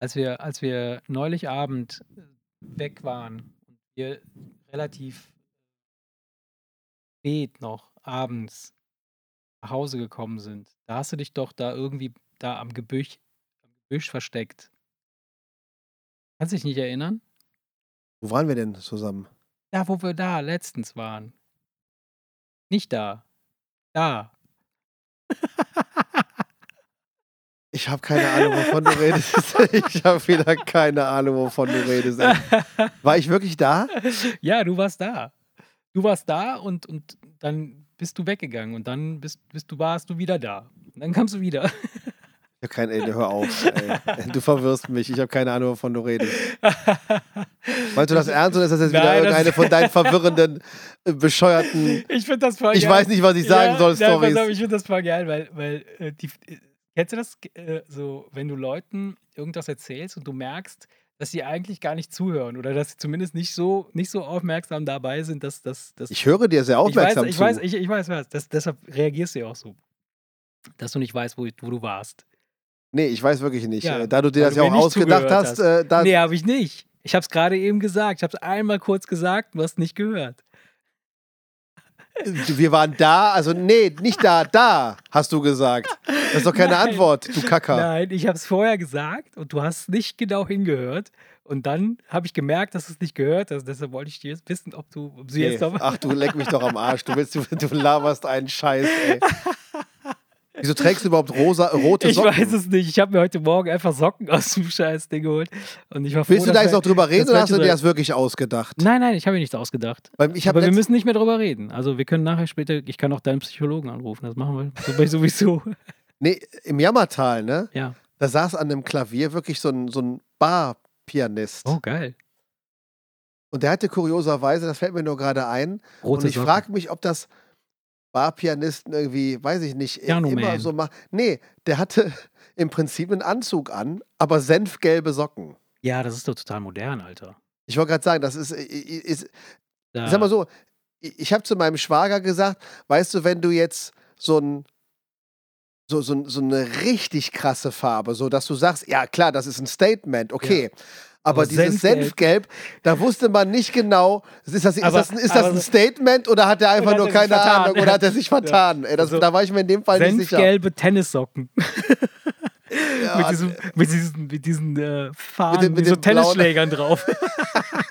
Als wir, als wir neulich Abend äh, weg waren und wir relativ spät noch abends nach Hause gekommen sind, da hast du dich doch da irgendwie da am Gebüsch, am Gebüsch versteckt. Kannst dich nicht erinnern? Wo waren wir denn zusammen? Da, wo wir da letztens waren. Nicht da. Da. Ich habe keine Ahnung, wovon du redest. Ich habe wieder keine Ahnung, wovon du redest. ey. War ich wirklich da? Ja, du warst da. Du warst da und, und dann bist du weggegangen und dann bist, bist du, warst du wieder da. Und dann kamst du wieder. Ich hab kein, ey, hör auf. Ey. Du verwirrst mich. Ich habe keine Ahnung, wovon du redest. Meinst du das ernst oder ist das jetzt wieder Nein, das- irgendeine von deinen verwirrenden, äh, bescheuerten. Ich finde das voll Ich weiß nicht, was ich sagen soll, nein, pass auf, Stories. Ich finde das voll geil, weil, weil äh, die, äh, kennst du das, äh, so, wenn du Leuten irgendwas erzählst und du merkst, dass sie eigentlich gar nicht zuhören oder dass sie zumindest nicht so, nicht so aufmerksam dabei sind, dass, dass, dass Ich höre dir sehr aufmerksam ich zu. weiß, ich weiß, ich, ich weiß was. Das, deshalb reagierst du ja auch so. Dass du nicht weißt, wo, wo du warst. nee, ich weiß wirklich nicht. Ja, Äh, da du dir weil das du ja mir auch nicht ausgedacht zugehört hast, äh, da, Nee, habe ich nicht. Ich habe es gerade eben gesagt. Ich habe es einmal kurz gesagt, du hast nicht gehört. wir waren da. Also, nee, nicht da, da, hast du gesagt. Das ist doch keine Nein. Antwort, du Kacker. Nein, ich habe es vorher gesagt und du hast nicht genau hingehört. Und dann habe ich gemerkt, dass du es nicht gehört hast. Deshalb wollte ich dir jetzt wissen, ob du, ob du Nee. ah, jetzt noch. Ach, du leck mich doch am Arsch. Du, willst, du, du laberst einen Scheiß, ey. Wieso trägst du überhaupt rosa, rote ich Socken? weiß es nicht. Ich habe mir heute Morgen einfach Socken aus dem Scheißding geholt. Und ich war froh, Willst du da dass jetzt wir- noch drüber reden dass oder wir hast du drüber- dir das wirklich ausgedacht? Nein, nein, ich habe mir nichts ausgedacht. Weil ich hab Aber wir letzt- müssen nicht mehr drüber reden. Also wir können nachher später, ich kann auch deinen Psychologen anrufen, das machen wir so- sowieso. Nee, im Jammertal, ne? ja. Da saß an einem Klavier wirklich so ein, so ein Barpianist. Oh, geil. Und der hatte kurioserweise, das fällt mir nur gerade ein, Rote und ich Socken. frage mich, ob das Barpianisten irgendwie, weiß ich nicht, i- Piano immer Man. so machen. Nee, der hatte im Prinzip einen Anzug an, aber senfgelbe Socken. Ja, das ist doch total modern, Alter. Ich wollte gerade sagen, das ist, i- i- ist Da, Ich sag mal so, ich, ich habe zu meinem Schwager gesagt, weißt du, wenn du jetzt so ein so, ne so, so eine richtig krasse Farbe, so dass du sagst, ja klar, das ist ein Statement, okay. Aber Aber dieses Senfgelb. Senfgelb, da wusste man nicht genau, ist das, ist Aber- das, ein- ist das aber- ein Statement oder hat er einfach Oder nur hat er sich keine vertan? Ahnung oder hat er sich vertan? Ey, das, Also, da war ich mir in dem Fall nicht sicher. Senfgelbe Tennissocken. mit diesen, mit diesen, mit diesen äh, Fahnen, den- mit, äh, mit so den blauen- Tennisschlägern drauf.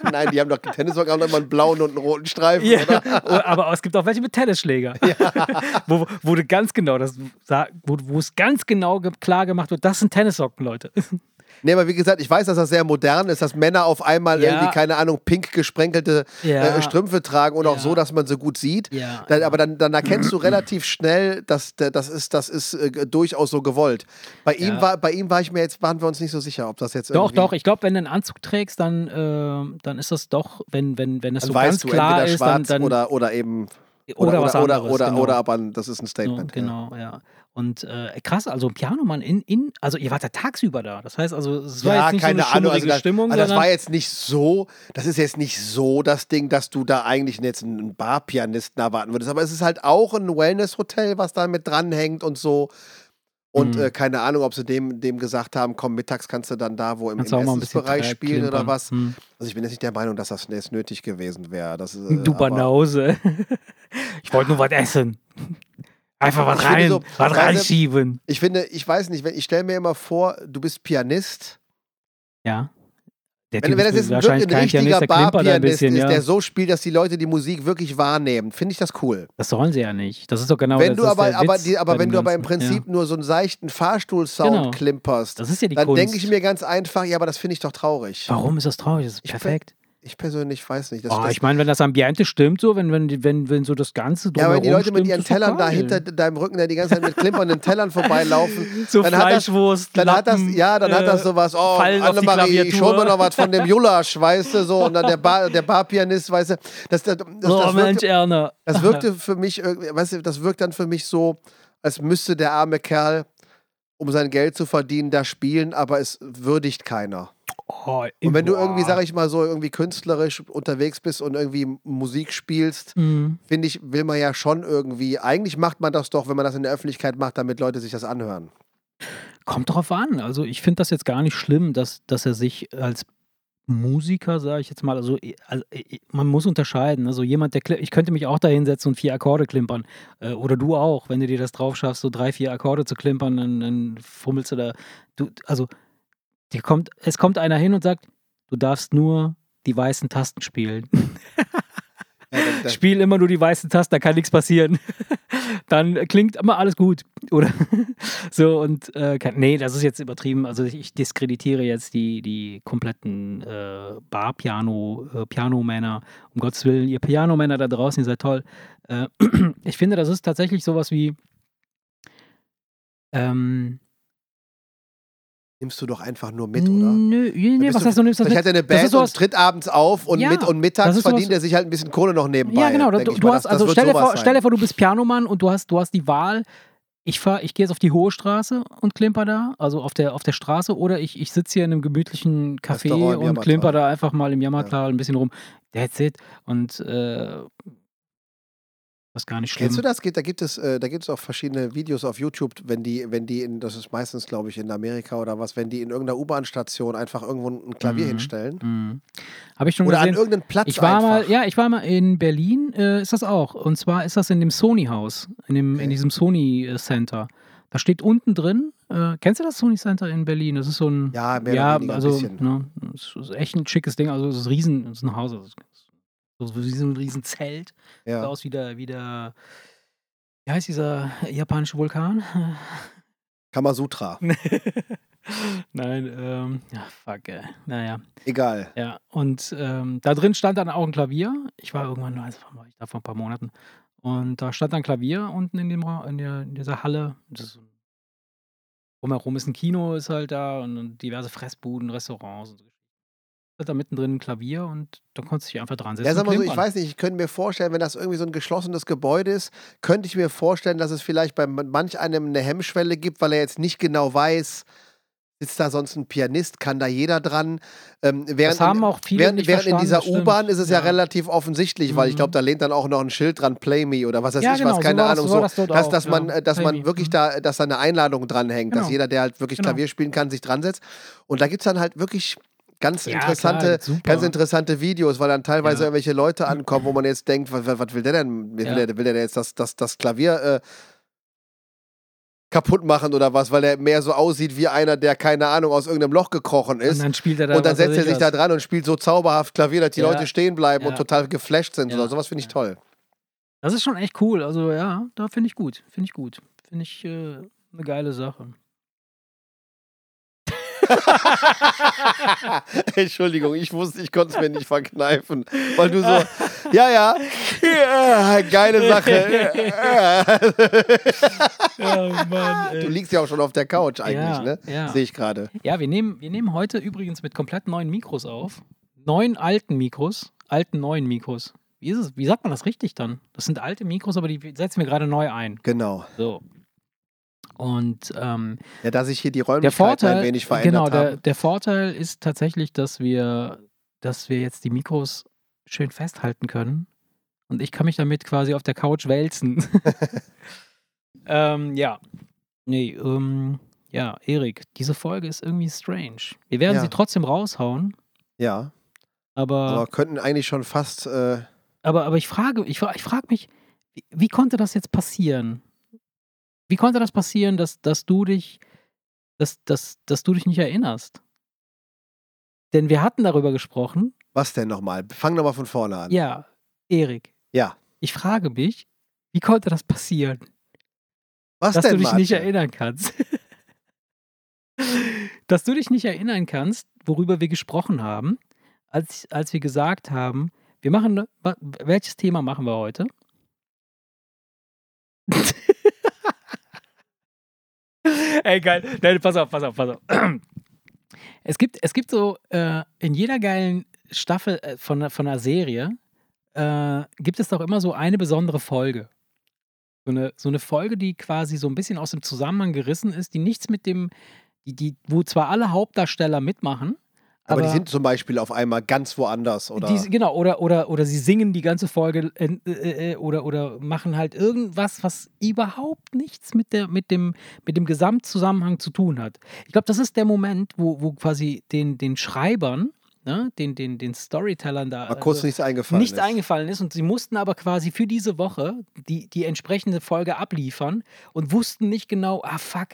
Nein, die haben doch Tennissocken, haben doch immer einen blauen und einen roten Streifen. Ja, Oder? aber es gibt auch welche mit Tennisschläger. wo, wo du ganz genau das sa- wo, wo es ganz genau ge- klar gemacht wird, das sind Tennissocken, Leute. Nee, aber wie gesagt, ich weiß, dass das sehr modern ist, dass Männer auf einmal Ja. irgendwie, keine Ahnung, pink gesprenkelte Ja. äh, Strümpfe tragen und auch Ja. so, dass man sie gut sieht. Ja, Dann, aber dann, dann erkennst du relativ schnell, dass der- das ist, das ist äh, durchaus so gewollt. Bei ihm Ja. war, bei ihm war ich mir jetzt, waren wir uns nicht so sicher, ob das jetzt Doch, irgendwie doch, ich glaube, wenn du einen Anzug trägst, dann, ähm, dann ist das doch, wenn, wenn, wenn das dann so ganz weißt du klar entweder ist, dann, schwarz dann oder, oder eben oder was oder, anderes, oder, genau. oder aber ein- das ist ein So, Statement. ja. genau, ja. Und äh, krass, also Pianomann in, in, also ihr wart ja tagsüber da. Das heißt, also es war Ja, jetzt nicht keine so eine Ahnung. schummrige Also das, Stimmung, also das war sondern jetzt nicht so, das ist jetzt nicht so das Ding, dass du da eigentlich jetzt einen Barpianisten erwarten würdest. Aber es ist halt auch ein Wellness-Hotel, was da mit dranhängt und so. Und Mhm. äh, keine Ahnung, ob sie dem, dem gesagt haben, komm, mittags kannst du dann da, wo im, im kannst du auch mal ein bisschen Essensbereich Dreieck spielen oder klimpern. was. Hm. Also ich bin jetzt nicht der Meinung, dass das jetzt nötig gewesen wäre. Das ist, äh, Du aber- Banause. Ich wollte nur was essen. Einfach was Ich finde rein, so- was weißt du- reinschieben. Ich finde, ich weiß nicht, wenn, ich stelle mir immer vor, du bist Pianist Ja. Der Wenn, Typ wenn das ist jetzt wahrscheinlich wirklich ein kein Pianist, richtiger der klimpert ein Barpianist bisschen, ist, ja. der so spielt, dass die Leute die Musik wirklich wahrnehmen, finde ich das cool. Das sollen sie ja nicht. Das ist doch genau wenn das du ist aber, der aber, Witz die, aber bei wenn dem du aber im Ganzen. Prinzip Ja. nur so einen seichten Fahrstuhlsound Genau. klimperst, Das ist ja die dann Kunst. denke ich mir ganz einfach, ja, aber das finde ich doch traurig. Warum ist das traurig? Das ist Ich bin- perfekt. Ich persönlich weiß nicht. Das, oh, das, ich meine, wenn das Ambiente stimmt, so, wenn, wenn, die- wenn, wenn so das Ganze ja, drumherum aber wenn die Leute stimmt, mit ihren ist doch Tellern da geil. hinter deinem Rücken dann die ganze Zeit mit klimpernden Tellern vorbeilaufen, so dann hat das Fleischwurst, dann hat das, Lappen, ja, dann hat das äh, sowas, oh, Fallen auf die Annemarie, ich hol mir Klaviatur. noch was von dem Julasch, weißt du, so, und dann der, Bar, der Barpianist, weißt du, das, das, das, das, Oh, wirkte- Mensch, Erna. Das wirkte für mich irgendwie, weißt du, das wirkt dann für mich so, als müsste der arme Kerl, um sein Geld zu verdienen, da spielen, aber es würdigt keiner. Oh, Und wenn du boah. irgendwie, sag ich mal so, irgendwie künstlerisch unterwegs bist und irgendwie Musik spielst, Mhm. finde ich, will man ja schon irgendwie, eigentlich macht man das doch, wenn man das in der Öffentlichkeit macht, damit Leute sich das anhören. Kommt drauf an. Also ich finde das jetzt gar nicht schlimm, dass, dass er sich als Musiker, sage ich jetzt mal, also, eh, also eh, man muss unterscheiden. Also jemand, der, kli- ich könnte mich auch da hinsetzen und vier Akkorde klimpern. Äh, oder du auch, wenn du dir das drauf schaffst, so drei, vier Akkorde zu klimpern, dann, dann fummelst du da. Du, also dir kommt, es kommt einer hin und sagt, du darfst nur die weißen Tasten spielen. Ja, dann- dann- Spiel immer nur die weißen Tasten, da kann nichts passieren. Dann klingt immer alles gut, oder? So und äh, kein- nee, das ist jetzt übertrieben. Also ich, ich diskreditiere jetzt die, die kompletten äh, Bar-Piano, äh, Pianomänner. Um Gottes Willen, ihr Pianomänner da draußen, ihr seid toll. Äh, ich finde, das ist tatsächlich sowas wie ähm, nimmst du doch einfach nur mit, oder? Nö, nee, bist was du- heißt, du nimmst Mm, das Ich mit? hatte eine Das ist Band sowas- und tritt abends auf und, Ja, mit, und das mittags ist sowas- verdient er sich halt ein bisschen Kohle noch nebenbei. Ja, genau. denk Du, ich du mal. hast, Das- das also wird stell, dir sowas vor, sein. stell dir vor, du bist Pianomann und du hast, du hast die Wahl, ich fahr, ich gehe jetzt auf die Hohe Straße und klimper da, also auf der, auf der Straße, oder ich, ich sitze hier in einem gemütlichen Café Restaurant im und Jammertal. klimper da einfach mal im Jammertal ein bisschen rum. That's it. Und äh, das ist gar nicht schlimm. Kennst du das? Geht- Da gibt es, äh, da gibt es auch verschiedene Videos auf YouTube, wenn die, wenn die in, das ist meistens, glaube ich, in Amerika oder was, wenn die in irgendeiner U-Bahn-Station einfach irgendwo ein Klavier Mhm. hinstellen. Mhm. Habe ich schon Oder an gesehen. irgendeinen Platz Ich war einfach. mal, ja, ich war mal in Berlin, äh, ist das auch. Und zwar ist das in dem Sony-Haus, in, dem Okay. in diesem Sony äh, Center. Da steht unten drin, äh, kennst du das Sony Center in Berlin? Das ist so ein, Ja, mehr oder weniger ein also, bisschen. Ne, es ist echt ein schickes Ding. Also es ist riesen, es ist ein Haus, also, es ist so wie so ein riesen Zelt. Sieht ja. aus wie der, wie der, wie heißt dieser japanische Vulkan? Kamasutra. Nein, ähm, ja, fuck, ey. Naja. Egal. Ja, und ähm, da drin stand dann auch ein Klavier. Ich war irgendwann, also war ich da vor ein paar Monaten. Und da stand dann Klavier unten in, dem, Ra- in, der, in dieser Halle. Das ist so ein- Drumherum ist ein Kino, ist halt da und, und diverse Fressbuden, Restaurants und so. Hat Da mittendrin ein Klavier und da konntest du dich einfach dran setzen. Ja, sag und mal so, ich klimpern. weiß nicht, ich könnte mir vorstellen, wenn das irgendwie so ein geschlossenes Gebäude ist, könnte ich mir vorstellen, dass es vielleicht bei manch einem eine Hemmschwelle gibt, weil er jetzt nicht genau weiß, sitzt da sonst ein Pianist, kann da jeder dran. Ähm, während Das haben in- auch viele während, nicht während in verstanden, dieser das stimmt. U-Bahn ist es ja, Ja. relativ offensichtlich, weil ich Mhm. glaube, da lehnt dann auch noch ein Schild dran, Play Me oder was weiß Ja, ich genau, was, so keine war das- Ahnung. so war das so, dort dass, auch, dass man, ja. äh, dass Play man Me, wirklich mhm. da, dass da eine Einladung dranhängt, dass Genau. jeder, der halt wirklich Genau. Klavier spielen kann, sich dran setzt. Und da gibt es dann halt wirklich ganz Ja, interessante, klar, super. ganz interessante Videos, weil dann teilweise Ja. irgendwelche Leute ankommen, wo man jetzt denkt, was, was will der denn? Will, Ja. der, will der jetzt das, das, das Klavier äh, kaputt machen oder was, weil der mehr so aussieht wie einer, der, keine Ahnung, aus irgendeinem Loch gekrochen ist. Und dann spielt er da Und dann was weiß setzt er ich sich was. da dran und spielt so zauberhaft Klavier, dass die Ja. Leute stehen bleiben Ja. und total geflasht sind. Ja. Oder sowas finde ich Ja. toll. Das ist schon echt cool. Also ja, da finde ich gut. Finde ich gut. Finde ich äh, eine geile Sache. Entschuldigung, ich wusste, ich konnte es mir nicht verkneifen, weil du so, ja, ja, ja geile Sache. Ja, Mann, du liegst ja auch schon auf der Couch eigentlich, ja, ne? Ja, Sehe ich gerade. ja wir, nehmen, wir nehmen heute übrigens mit komplett neuen Mikros auf. Neun alten Mikros, alten neuen Mikros. Wie, ist es, wie sagt man das richtig dann? Das sind alte Mikros, aber die setzen wir gerade neu ein. Genau. So. Und ähm, Ja, dass ich hier die der Räumlichkeiten Vorteil, ein wenig genau, verändert der, habe. der Vorteil ist tatsächlich, dass wir, dass wir jetzt die Mikros schön festhalten können und ich kann mich damit quasi auf der Couch wälzen. ähm, ja, nee, ähm, ja, Erik, diese Folge ist irgendwie strange. Wir werden Ja. sie trotzdem raushauen, Ja, aber aber könnten eigentlich schon fast, äh, aber, aber ich frage, ich, fra- ich frage mich, wie, wie konnte das jetzt passieren? Wie konnte das passieren, dass, dass du dich, dass, dass, dass du dich nicht erinnerst? Denn wir hatten darüber gesprochen. was denn nochmal? Fang nochmal von vorne an. Ja, Erik, Ja. ich frage mich, wie konnte das passieren, Was dass denn, du dich nicht Martin? erinnern kannst? dass du dich nicht erinnern kannst, worüber wir gesprochen haben, als, als wir gesagt haben, wir machen, ne, wa- welches Thema machen wir heute? Ey, geil. Nein, pass auf, pass auf, pass auf. Es gibt, es gibt so äh, in jeder geilen Staffel äh, von, einer- von einer Serie äh, gibt es doch immer so eine besondere Folge. So eine, so eine Folge, die quasi so ein bisschen aus dem Zusammenhang gerissen ist, die nichts mit dem, die, die, wo zwar alle Hauptdarsteller mitmachen, Aber aber, die sind zum Beispiel auf einmal ganz woanders, oder? die, genau, oder, oder, oder sie singen die ganze Folge äh, äh, äh, oder, oder machen halt irgendwas, was überhaupt nichts mit, der, mit, dem, mit dem Gesamtzusammenhang zu tun hat. Ich glaube, das ist der Moment, wo, wo quasi den, den Schreibern, ne, den, den, den Storytellern da Mal kurz also, nichts eingefallen. nichts ist. eingefallen ist und sie mussten aber quasi für diese Woche die, die entsprechende Folge abliefern und wussten nicht genau, ah fuck,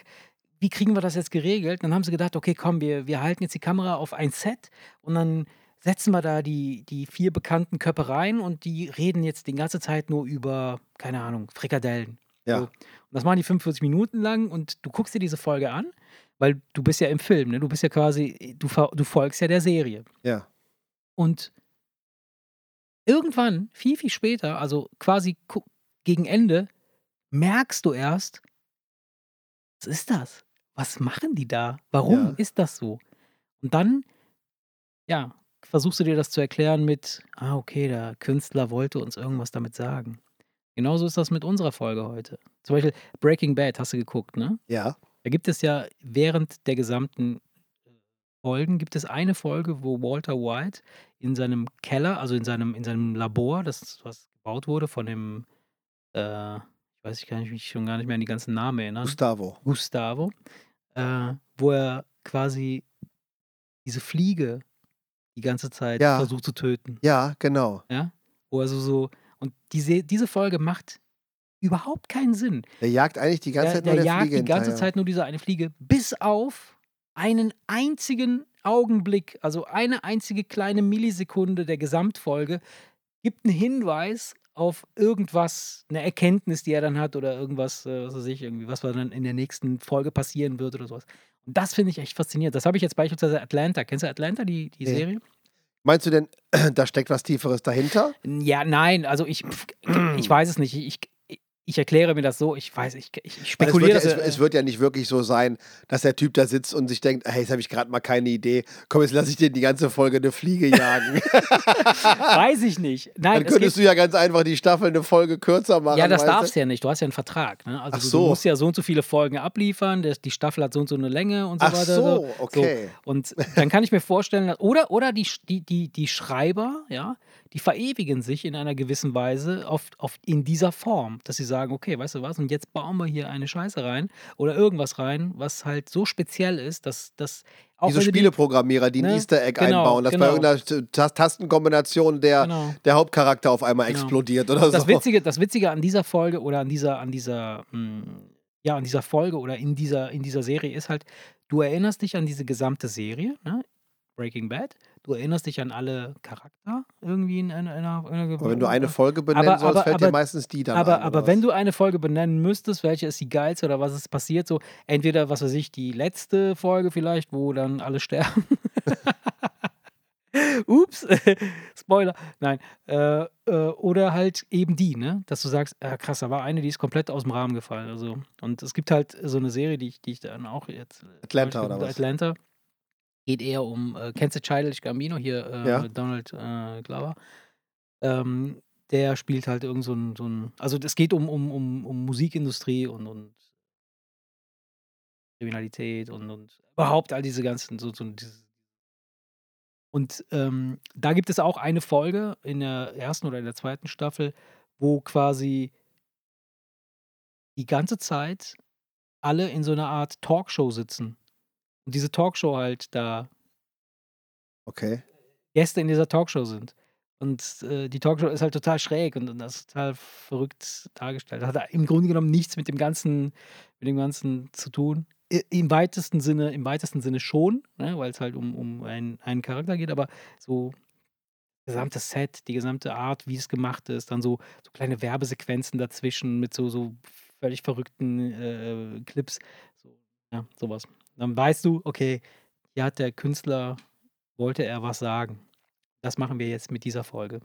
wie kriegen wir das jetzt geregelt? Dann haben sie gedacht, okay, komm, wir, wir halten jetzt die Kamera auf ein Set und dann setzen wir da die, die vier bekannten Köpfe rein und die reden jetzt die ganze Zeit nur über, keine Ahnung, Frikadellen. Ja. So. Und das machen die 45 Minuten lang und du guckst dir diese Folge an, weil du bist ja im Film, ne? Du bist ja quasi, du, ver- du folgst ja der Serie. Ja. Und irgendwann, viel, viel später, also quasi ku- gegen Ende, merkst du erst, was ist das? Was machen die da? Warum Ja. ist das so? Und dann, ja, versuchst du dir das zu erklären mit, ah, okay, der Künstler wollte uns irgendwas damit sagen. Genauso ist das mit unserer Folge heute. Zum Beispiel Breaking Bad hast du geguckt, ne? Ja. Da gibt es ja während der gesamten Folgen gibt es eine Folge, wo Walter White in seinem Keller, also in seinem, in seinem Labor, das was gebaut wurde von dem, äh, ich weiß ich kann mich schon gar nicht mehr an die ganzen Namen erinnern, Gustavo. Gustavo, äh, wo er quasi diese Fliege die ganze Zeit Ja. versucht zu töten. Ja, genau. Wo er so, so und diese, diese Folge macht überhaupt keinen Sinn. Der jagt eigentlich die ganze der, Zeit nur der der, jagt Fliege die ganze hinterher. Zeit nur diese eine Fliege, bis auf einen einzigen Augenblick, also eine einzige kleine Millisekunde der Gesamtfolge, gibt einen Hinweis auf irgendwas, eine Erkenntnis, die er dann hat oder irgendwas, äh, was weiß ich, irgendwie, was dann in der nächsten Folge passieren wird oder sowas. Und das finde ich echt faszinierend. Das habe ich jetzt beispielsweise Atlanta. Kennst du Atlanta, die, die Nee. Serie? Meinst du denn, da steckt was Tieferes dahinter? Ja, nein, also ich, ich weiß es nicht. Ich, ich, ich erkläre mir das so, ich weiß, ich, ich ich Weil Also Es wird, spekuliere. ja, es, dass er- es wird ja nicht wirklich so sein, dass der Typ da sitzt und sich denkt, hey, jetzt habe ich gerade mal keine Idee. Komm, jetzt lasse ich dir die ganze Folge eine Fliege jagen. Weiß ich nicht. Dann Nein, es könntest geht, du ja ganz einfach die Staffel eine Folge kürzer machen. ja, das weißt du? darfst du ja nicht. Du hast ja einen Vertrag. Ne? Also Ach du- so. du musst ja so und so viele Folgen abliefern. Das, die Staffel hat so und so eine Länge und so Ach weiter. so, okay. Und dann kann ich mir vorstellen, dass- oder, oder die, Sch- die, die, die Schreiber, ja, die verewigen sich in einer gewissen Weise auf, auf, in dieser Form, dass sie sagen, okay, weißt du was, und jetzt bauen wir hier eine Scheiße rein oder irgendwas rein, was halt so speziell ist, dass das auch Diese wenn du die- Spieleprogrammierer, die ein Ne? Easter Egg Genau, einbauen, dass bei genau. irgendeiner T- Tas- Tastenkombination der, Genau. der Hauptcharakter auf einmal Genau. explodiert oder das so. Witzige, das Witzige an dieser Folge oder an dieser, an dieser, mm, ja, an dieser Folge oder in dieser, in dieser Serie ist halt, du erinnerst dich an diese gesamte Serie, ne? Breaking Bad. Du erinnerst dich an alle Charakter irgendwie in einer, in einer, in einer aber wenn du eine Folge benennen Aber- sollst, aber- fällt dir aber- meistens die dann aber, ein, aber oder wenn was? du eine Folge benennen müsstest, welche ist die geilste oder was ist passiert, so entweder, was weiß ich, die letzte Folge vielleicht, wo dann alle sterben. Ups, Spoiler, nein. Äh, äh, oder halt eben die, ne? Dass du sagst, äh, krass, da war eine, die ist komplett aus dem Rahmen gefallen. Also. Und es gibt halt so eine Serie, die ich, die ich dann auch jetzt. äh, Atlanta zum Beispiel- oder was? Atlanta. Geht eher um, äh, kennst du Childish Gambino hier, äh, Ja. Donald äh, Glover? Ähm, der spielt halt irgend so ein, so ein also es geht um, um, um, um Musikindustrie und, und Kriminalität und, und überhaupt all diese ganzen, so, so dieses und ähm, da gibt es auch eine Folge in der ersten oder in der zweiten Staffel, wo quasi die ganze Zeit alle in so einer Art Talkshow sitzen. Und diese Talkshow halt da Okay. Gäste in dieser Talkshow sind. Und äh, die Talkshow ist halt total schräg und, und das ist total verrückt dargestellt. Hat im Grunde genommen nichts mit dem ganzen, mit dem ganzen zu tun. I- Im weitesten Sinne, im weitesten Sinne schon, ne, weil es halt um, um einen, einen Charakter geht, aber so gesamtes Set, die gesamte Art, wie es gemacht ist, dann so, so kleine Werbesequenzen dazwischen mit so, so völlig verrückten äh, Clips. So, ja, sowas. Dann weißt du, okay, hier hat der Künstler, wollte er was sagen. Das machen wir jetzt mit dieser Folge,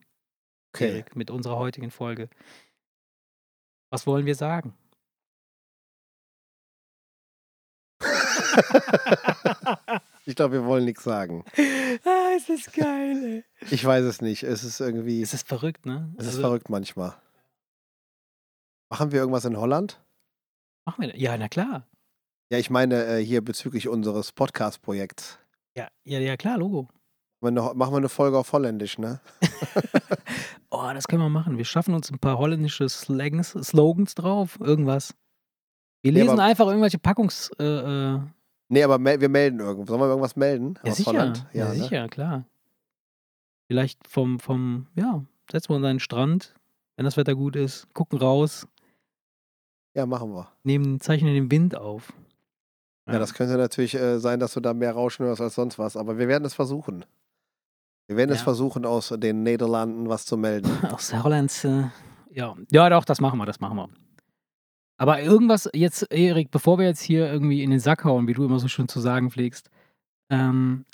okay. Erik, mit unserer heutigen Folge. Was wollen wir sagen? Ich glaube, wir wollen nichts sagen. ah, es ist geil. Ich weiß es nicht. Es ist irgendwie. Es ist verrückt, ne? Es ist Also, verrückt manchmal. Machen wir irgendwas in Holland? Machen wir, ja, na klar. Ja, ich meine äh, hier bezüglich unseres Podcast-Projekts. Ja, ja, ja, klar, Logo. Machen wir noch- machen wir eine Folge auf Holländisch, ne? Oh, das können wir machen. Wir schaffen uns ein paar holländische Slangs, Slogans drauf, irgendwas. Wir Ja, lesen aber- einfach irgendwelche Packungs. Äh, äh, Nee, aber mel wir melden irgendwas. Sollen wir irgendwas melden? ja, aus sicher. Holland? Ja, ne? sicher, klar. Vielleicht vom, vom, ja, setzen wir uns an den Strand, wenn das Wetter gut ist, gucken raus, Ja, machen wir. nehmen, zeichnen den Wind auf. Ja, das könnte natürlich äh, sein, dass du da mehr Rauschen hörst als sonst was, aber wir werden es versuchen. Wir werden es Ja. versuchen, aus den Niederlanden was zu melden. Aus Holland, äh, ja. Ja, doch, das machen wir, das machen wir. Aber irgendwas jetzt, Erik, bevor wir jetzt hier irgendwie in den Sack hauen, wie du immer so schön zu sagen pflegst, ähm,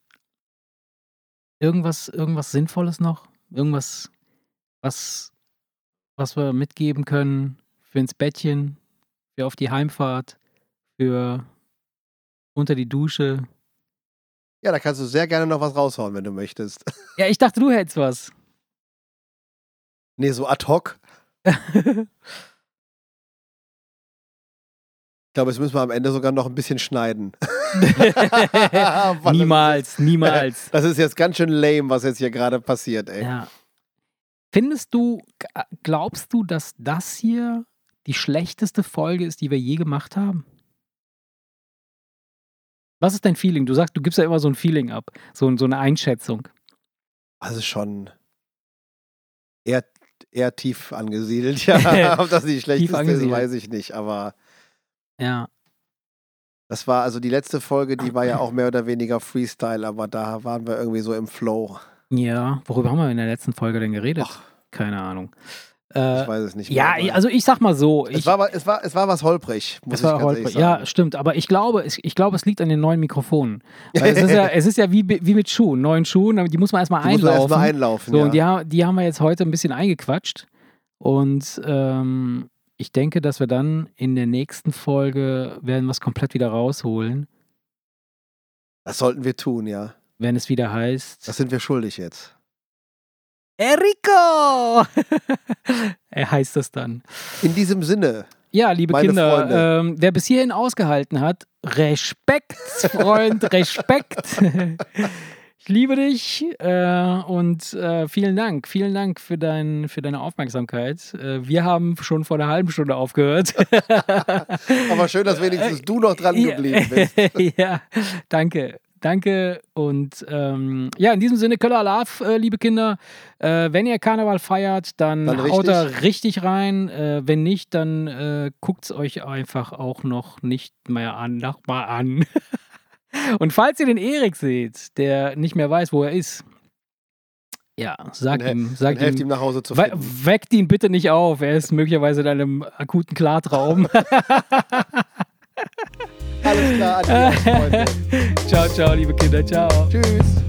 irgendwas, irgendwas Sinnvolles noch? Irgendwas, was, was wir mitgeben können für ins Bettchen, für auf die Heimfahrt, für unter die Dusche? Ja, da kannst du sehr gerne noch was raushauen, wenn du möchtest. Ja, ich dachte, du hättest was. Nee, so ad hoc. Ich glaube, jetzt müssen wir am Ende sogar noch ein bisschen schneiden. Mann, niemals, niemals. Das ist jetzt ganz schön lame, was jetzt hier gerade passiert, ey. Ja. Findest du, g- äh, glaubst du, dass das hier die schlechteste Folge ist, die wir je gemacht haben? Was ist dein Feeling? Du sagst, du gibst ja immer so ein Feeling ab, so, ein- so eine Einschätzung. Also schon eher, eher tief angesiedelt, ja. Ob das die schlechteste ist, angesiedelt. weiß ich nicht. Aber Ja, das war, also die letzte Folge, die war ja auch mehr oder weniger Freestyle, aber da waren wir irgendwie so im Flow. ja. Worüber haben wir in der letzten Folge denn geredet? Ach, Keine Ahnung. ich Äh, weiß es nicht ja, mehr. aber also ich sag mal so. es, Ich, war, aber- es, war, es war was holprig, muss es war ich ganz ehrlich holprig. sagen. Ja, stimmt. Aber ich glaube, ich, ich glaube, es liegt an den neuen Mikrofonen. Weil es ist ja, es ist ja wie, wie mit Schuhen, neuen Schuhen, die muss man erstmal Die muss man erst einlaufen. mal einlaufen. So, ja. und die, ha- die haben wir jetzt heute ein bisschen eingequatscht. Und ähm, ich denke, dass wir dann in der nächsten Folge werden wir es komplett wieder rausholen, das sollten wir tun, ja. wenn es wieder heißt. Das sind wir schuldig jetzt. Enrico! er heißt das dann. In diesem Sinne. Ja, liebe Meine Kinder, Freunde. ähm, wer bis hierhin ausgehalten hat, Respekt, Freund, Respekt. ich Ich liebe dich äh, und äh, vielen Dank. Vielen Dank für, dein, für deine Aufmerksamkeit. Äh, wir haben schon vor einer halben Stunde aufgehört. Aber schön, dass wenigstens du noch dran geblieben bist. ja, danke. Danke und ähm, ja, in diesem Sinne, Köller Alarv, äh, liebe Kinder. Äh, wenn ihr Karneval feiert, dann, Dann richtig. haut da richtig rein. Äh, wenn nicht, dann äh, guckt es euch einfach auch noch nicht mehr an, noch mal an. und falls ihr den Erik seht, der nicht mehr weiß, wo er ist, ja, sagt Dann ihm, Dann sagt helft ihm, ihm nach Hause zu We finden. weckt ihn bitte nicht auf. Er ist möglicherweise in einem akuten Klartraum. Alles klar, adios, Freunde. ciao, ciao, liebe Kinder. Ciao. Tschüss.